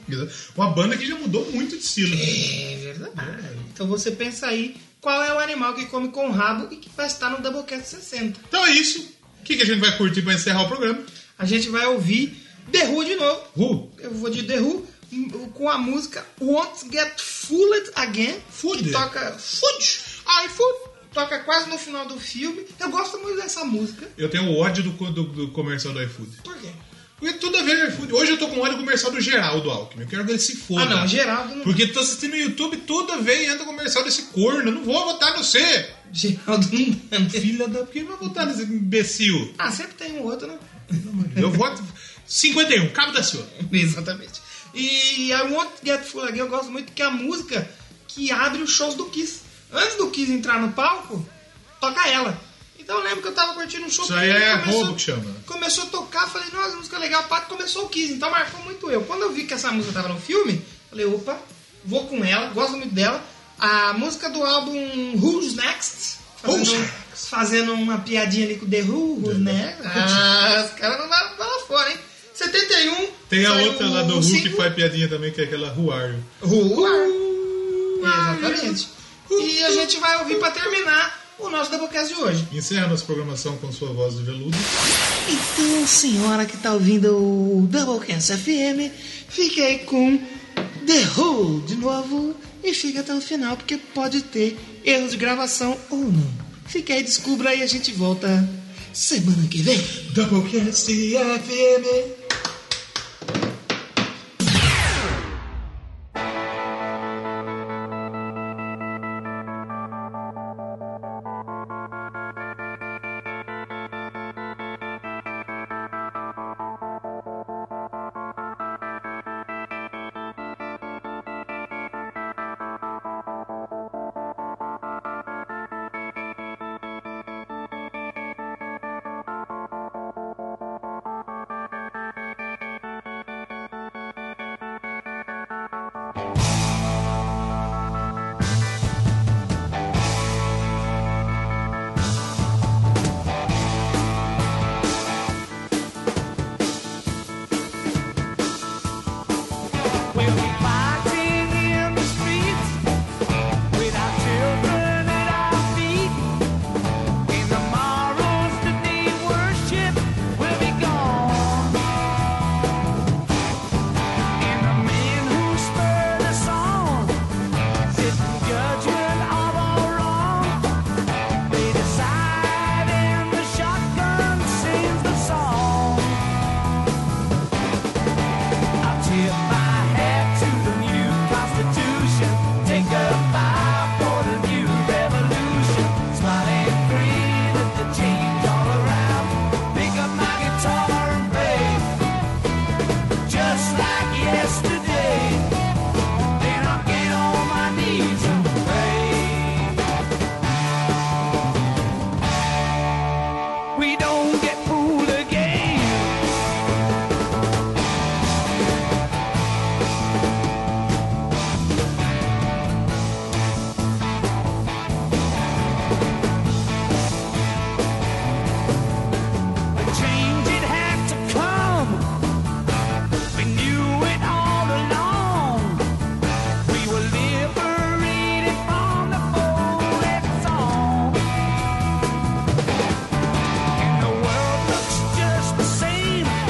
Uma banda que já mudou muito de estilo.
É verdade. Então você pensa aí qual é o animal que come com o rabo e que vai estar no Doublecast 60.
Então é isso. O que, que a gente vai curtir pra encerrar o programa?
A gente vai ouvir The Who de novo.
Who?
Eu vou de The Who hum, com a música Won't Get Fooled Again. Que
Fooled.
toca. Food! I food! Toca quase no final do filme. Eu gosto muito dessa música.
Eu tenho ódio do, co- do, do comercial do iFood.
Por quê?
Porque toda vez o iFood. Hoje eu tô com ódio comercial do Geraldo Alckmin. Eu quero que ele se foda.
Ah, não, Geraldo não.
Porque tô assistindo no YouTube toda vez entra comercial desse corno. Eu não vou votar no C.
Geraldo não dá.
É, Filha da. Por que vai votar nesse imbecil?
Ah, sempre tem um outro, né?
Eu voto. 51, Cabo da Silva.
Exatamente. E um I Won't Get Fooled Again eu gosto muito que é a música que abre os shows do Kiss. Antes do Kiss entrar no palco, toca ela. Então eu lembro que eu tava curtindo um show
Isso aí
quando
é roubo que chama.
Começou a tocar, falei, nossa, música legal, pá, começou o Kiss, então marcou muito eu. Quando eu vi que essa música tava no filme, falei, opa, vou com ela, gosto muito dela. A música do álbum Who's Next? Fazendo, um-
Who's
fazendo uma piadinha ali com The Who, Who's Next? Ah, os caras não vão lá fora, hein? 71.
Tem a
saiu
outra
o
lá do Hulk que
single.
faz piadinha também, que é aquela Ruário.
Who Are. Exatamente. E a gente vai ouvir pra terminar o nosso Doublecast de hoje.
Encerra nossa programação com sua voz de veludo.
Então, senhora que tá ouvindo o Doublecast FM, fique aí com The Who de novo e fica até o final, porque pode ter erro de gravação ou não. Fica aí, descubra e a gente volta semana que vem.
Doublecast FM.
We'll be fighting in the streets with our children at our feet. In the morrows that they worship, we'll be gone. And the men who spurred us on sit in judgment of our wrong. They decide, and the shotgun sings the song. I tip my hat to the new Constitution. Take a bow for the new revolution. Smile and greet at the change all around. Pick up my guitar and play, just like yesterday. Then I'll get on my knees and pray. We don't get fooled again. A change it had to come. We knew it all along. We were liberated from the folded song. And the world Oh,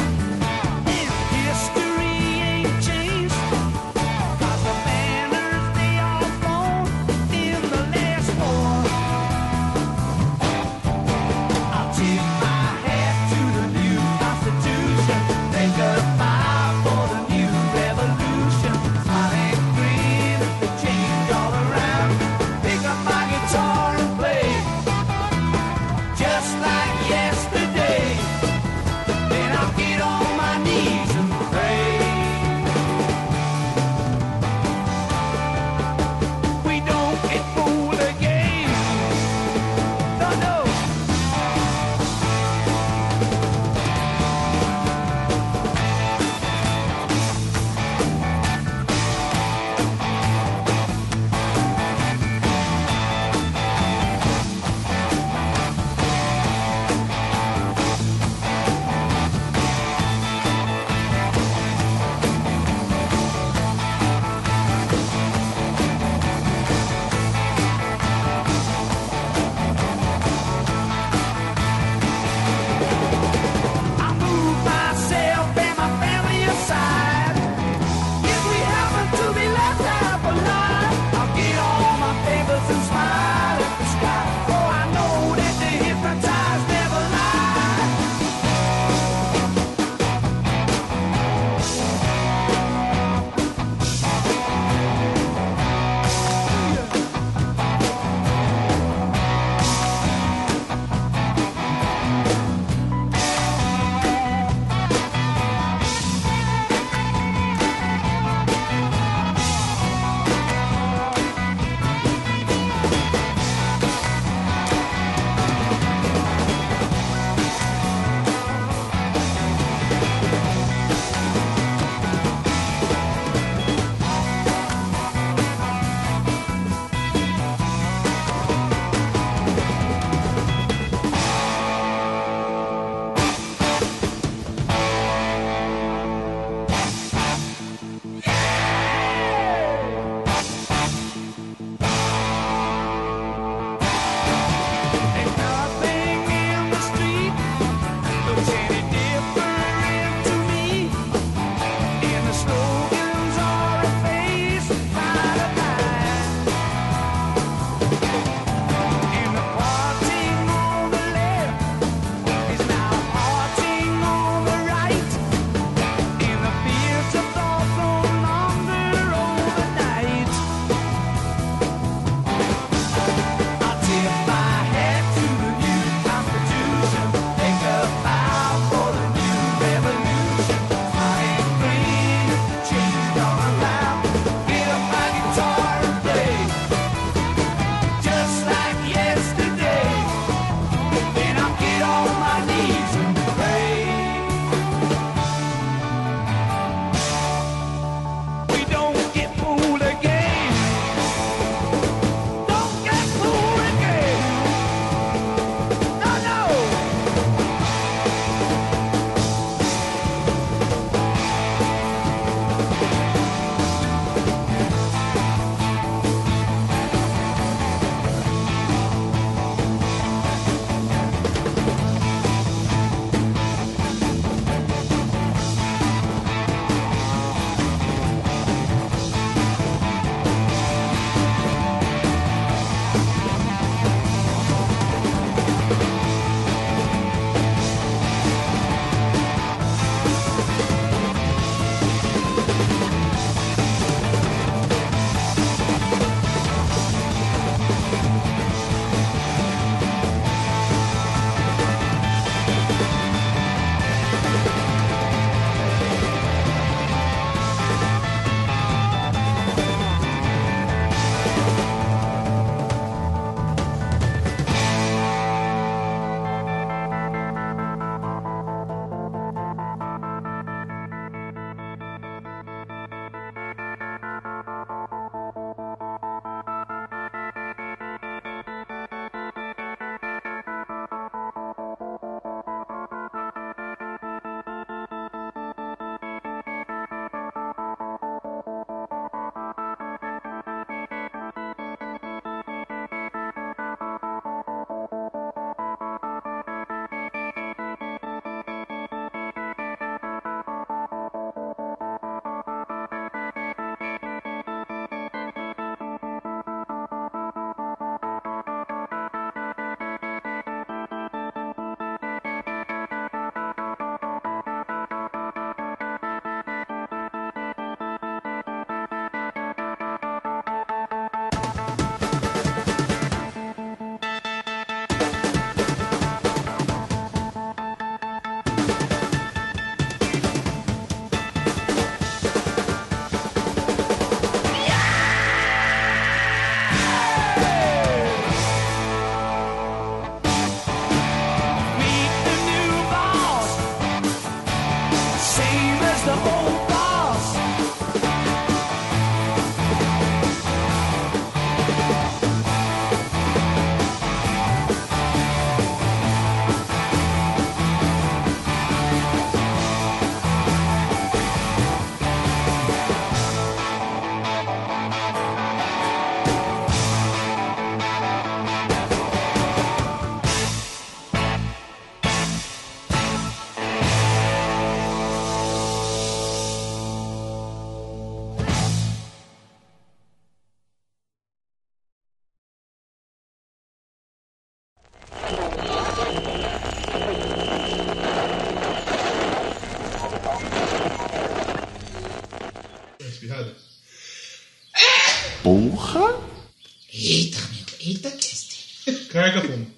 espirrada?
Eita, amigo. Eita, Kester.
Carga, pombo.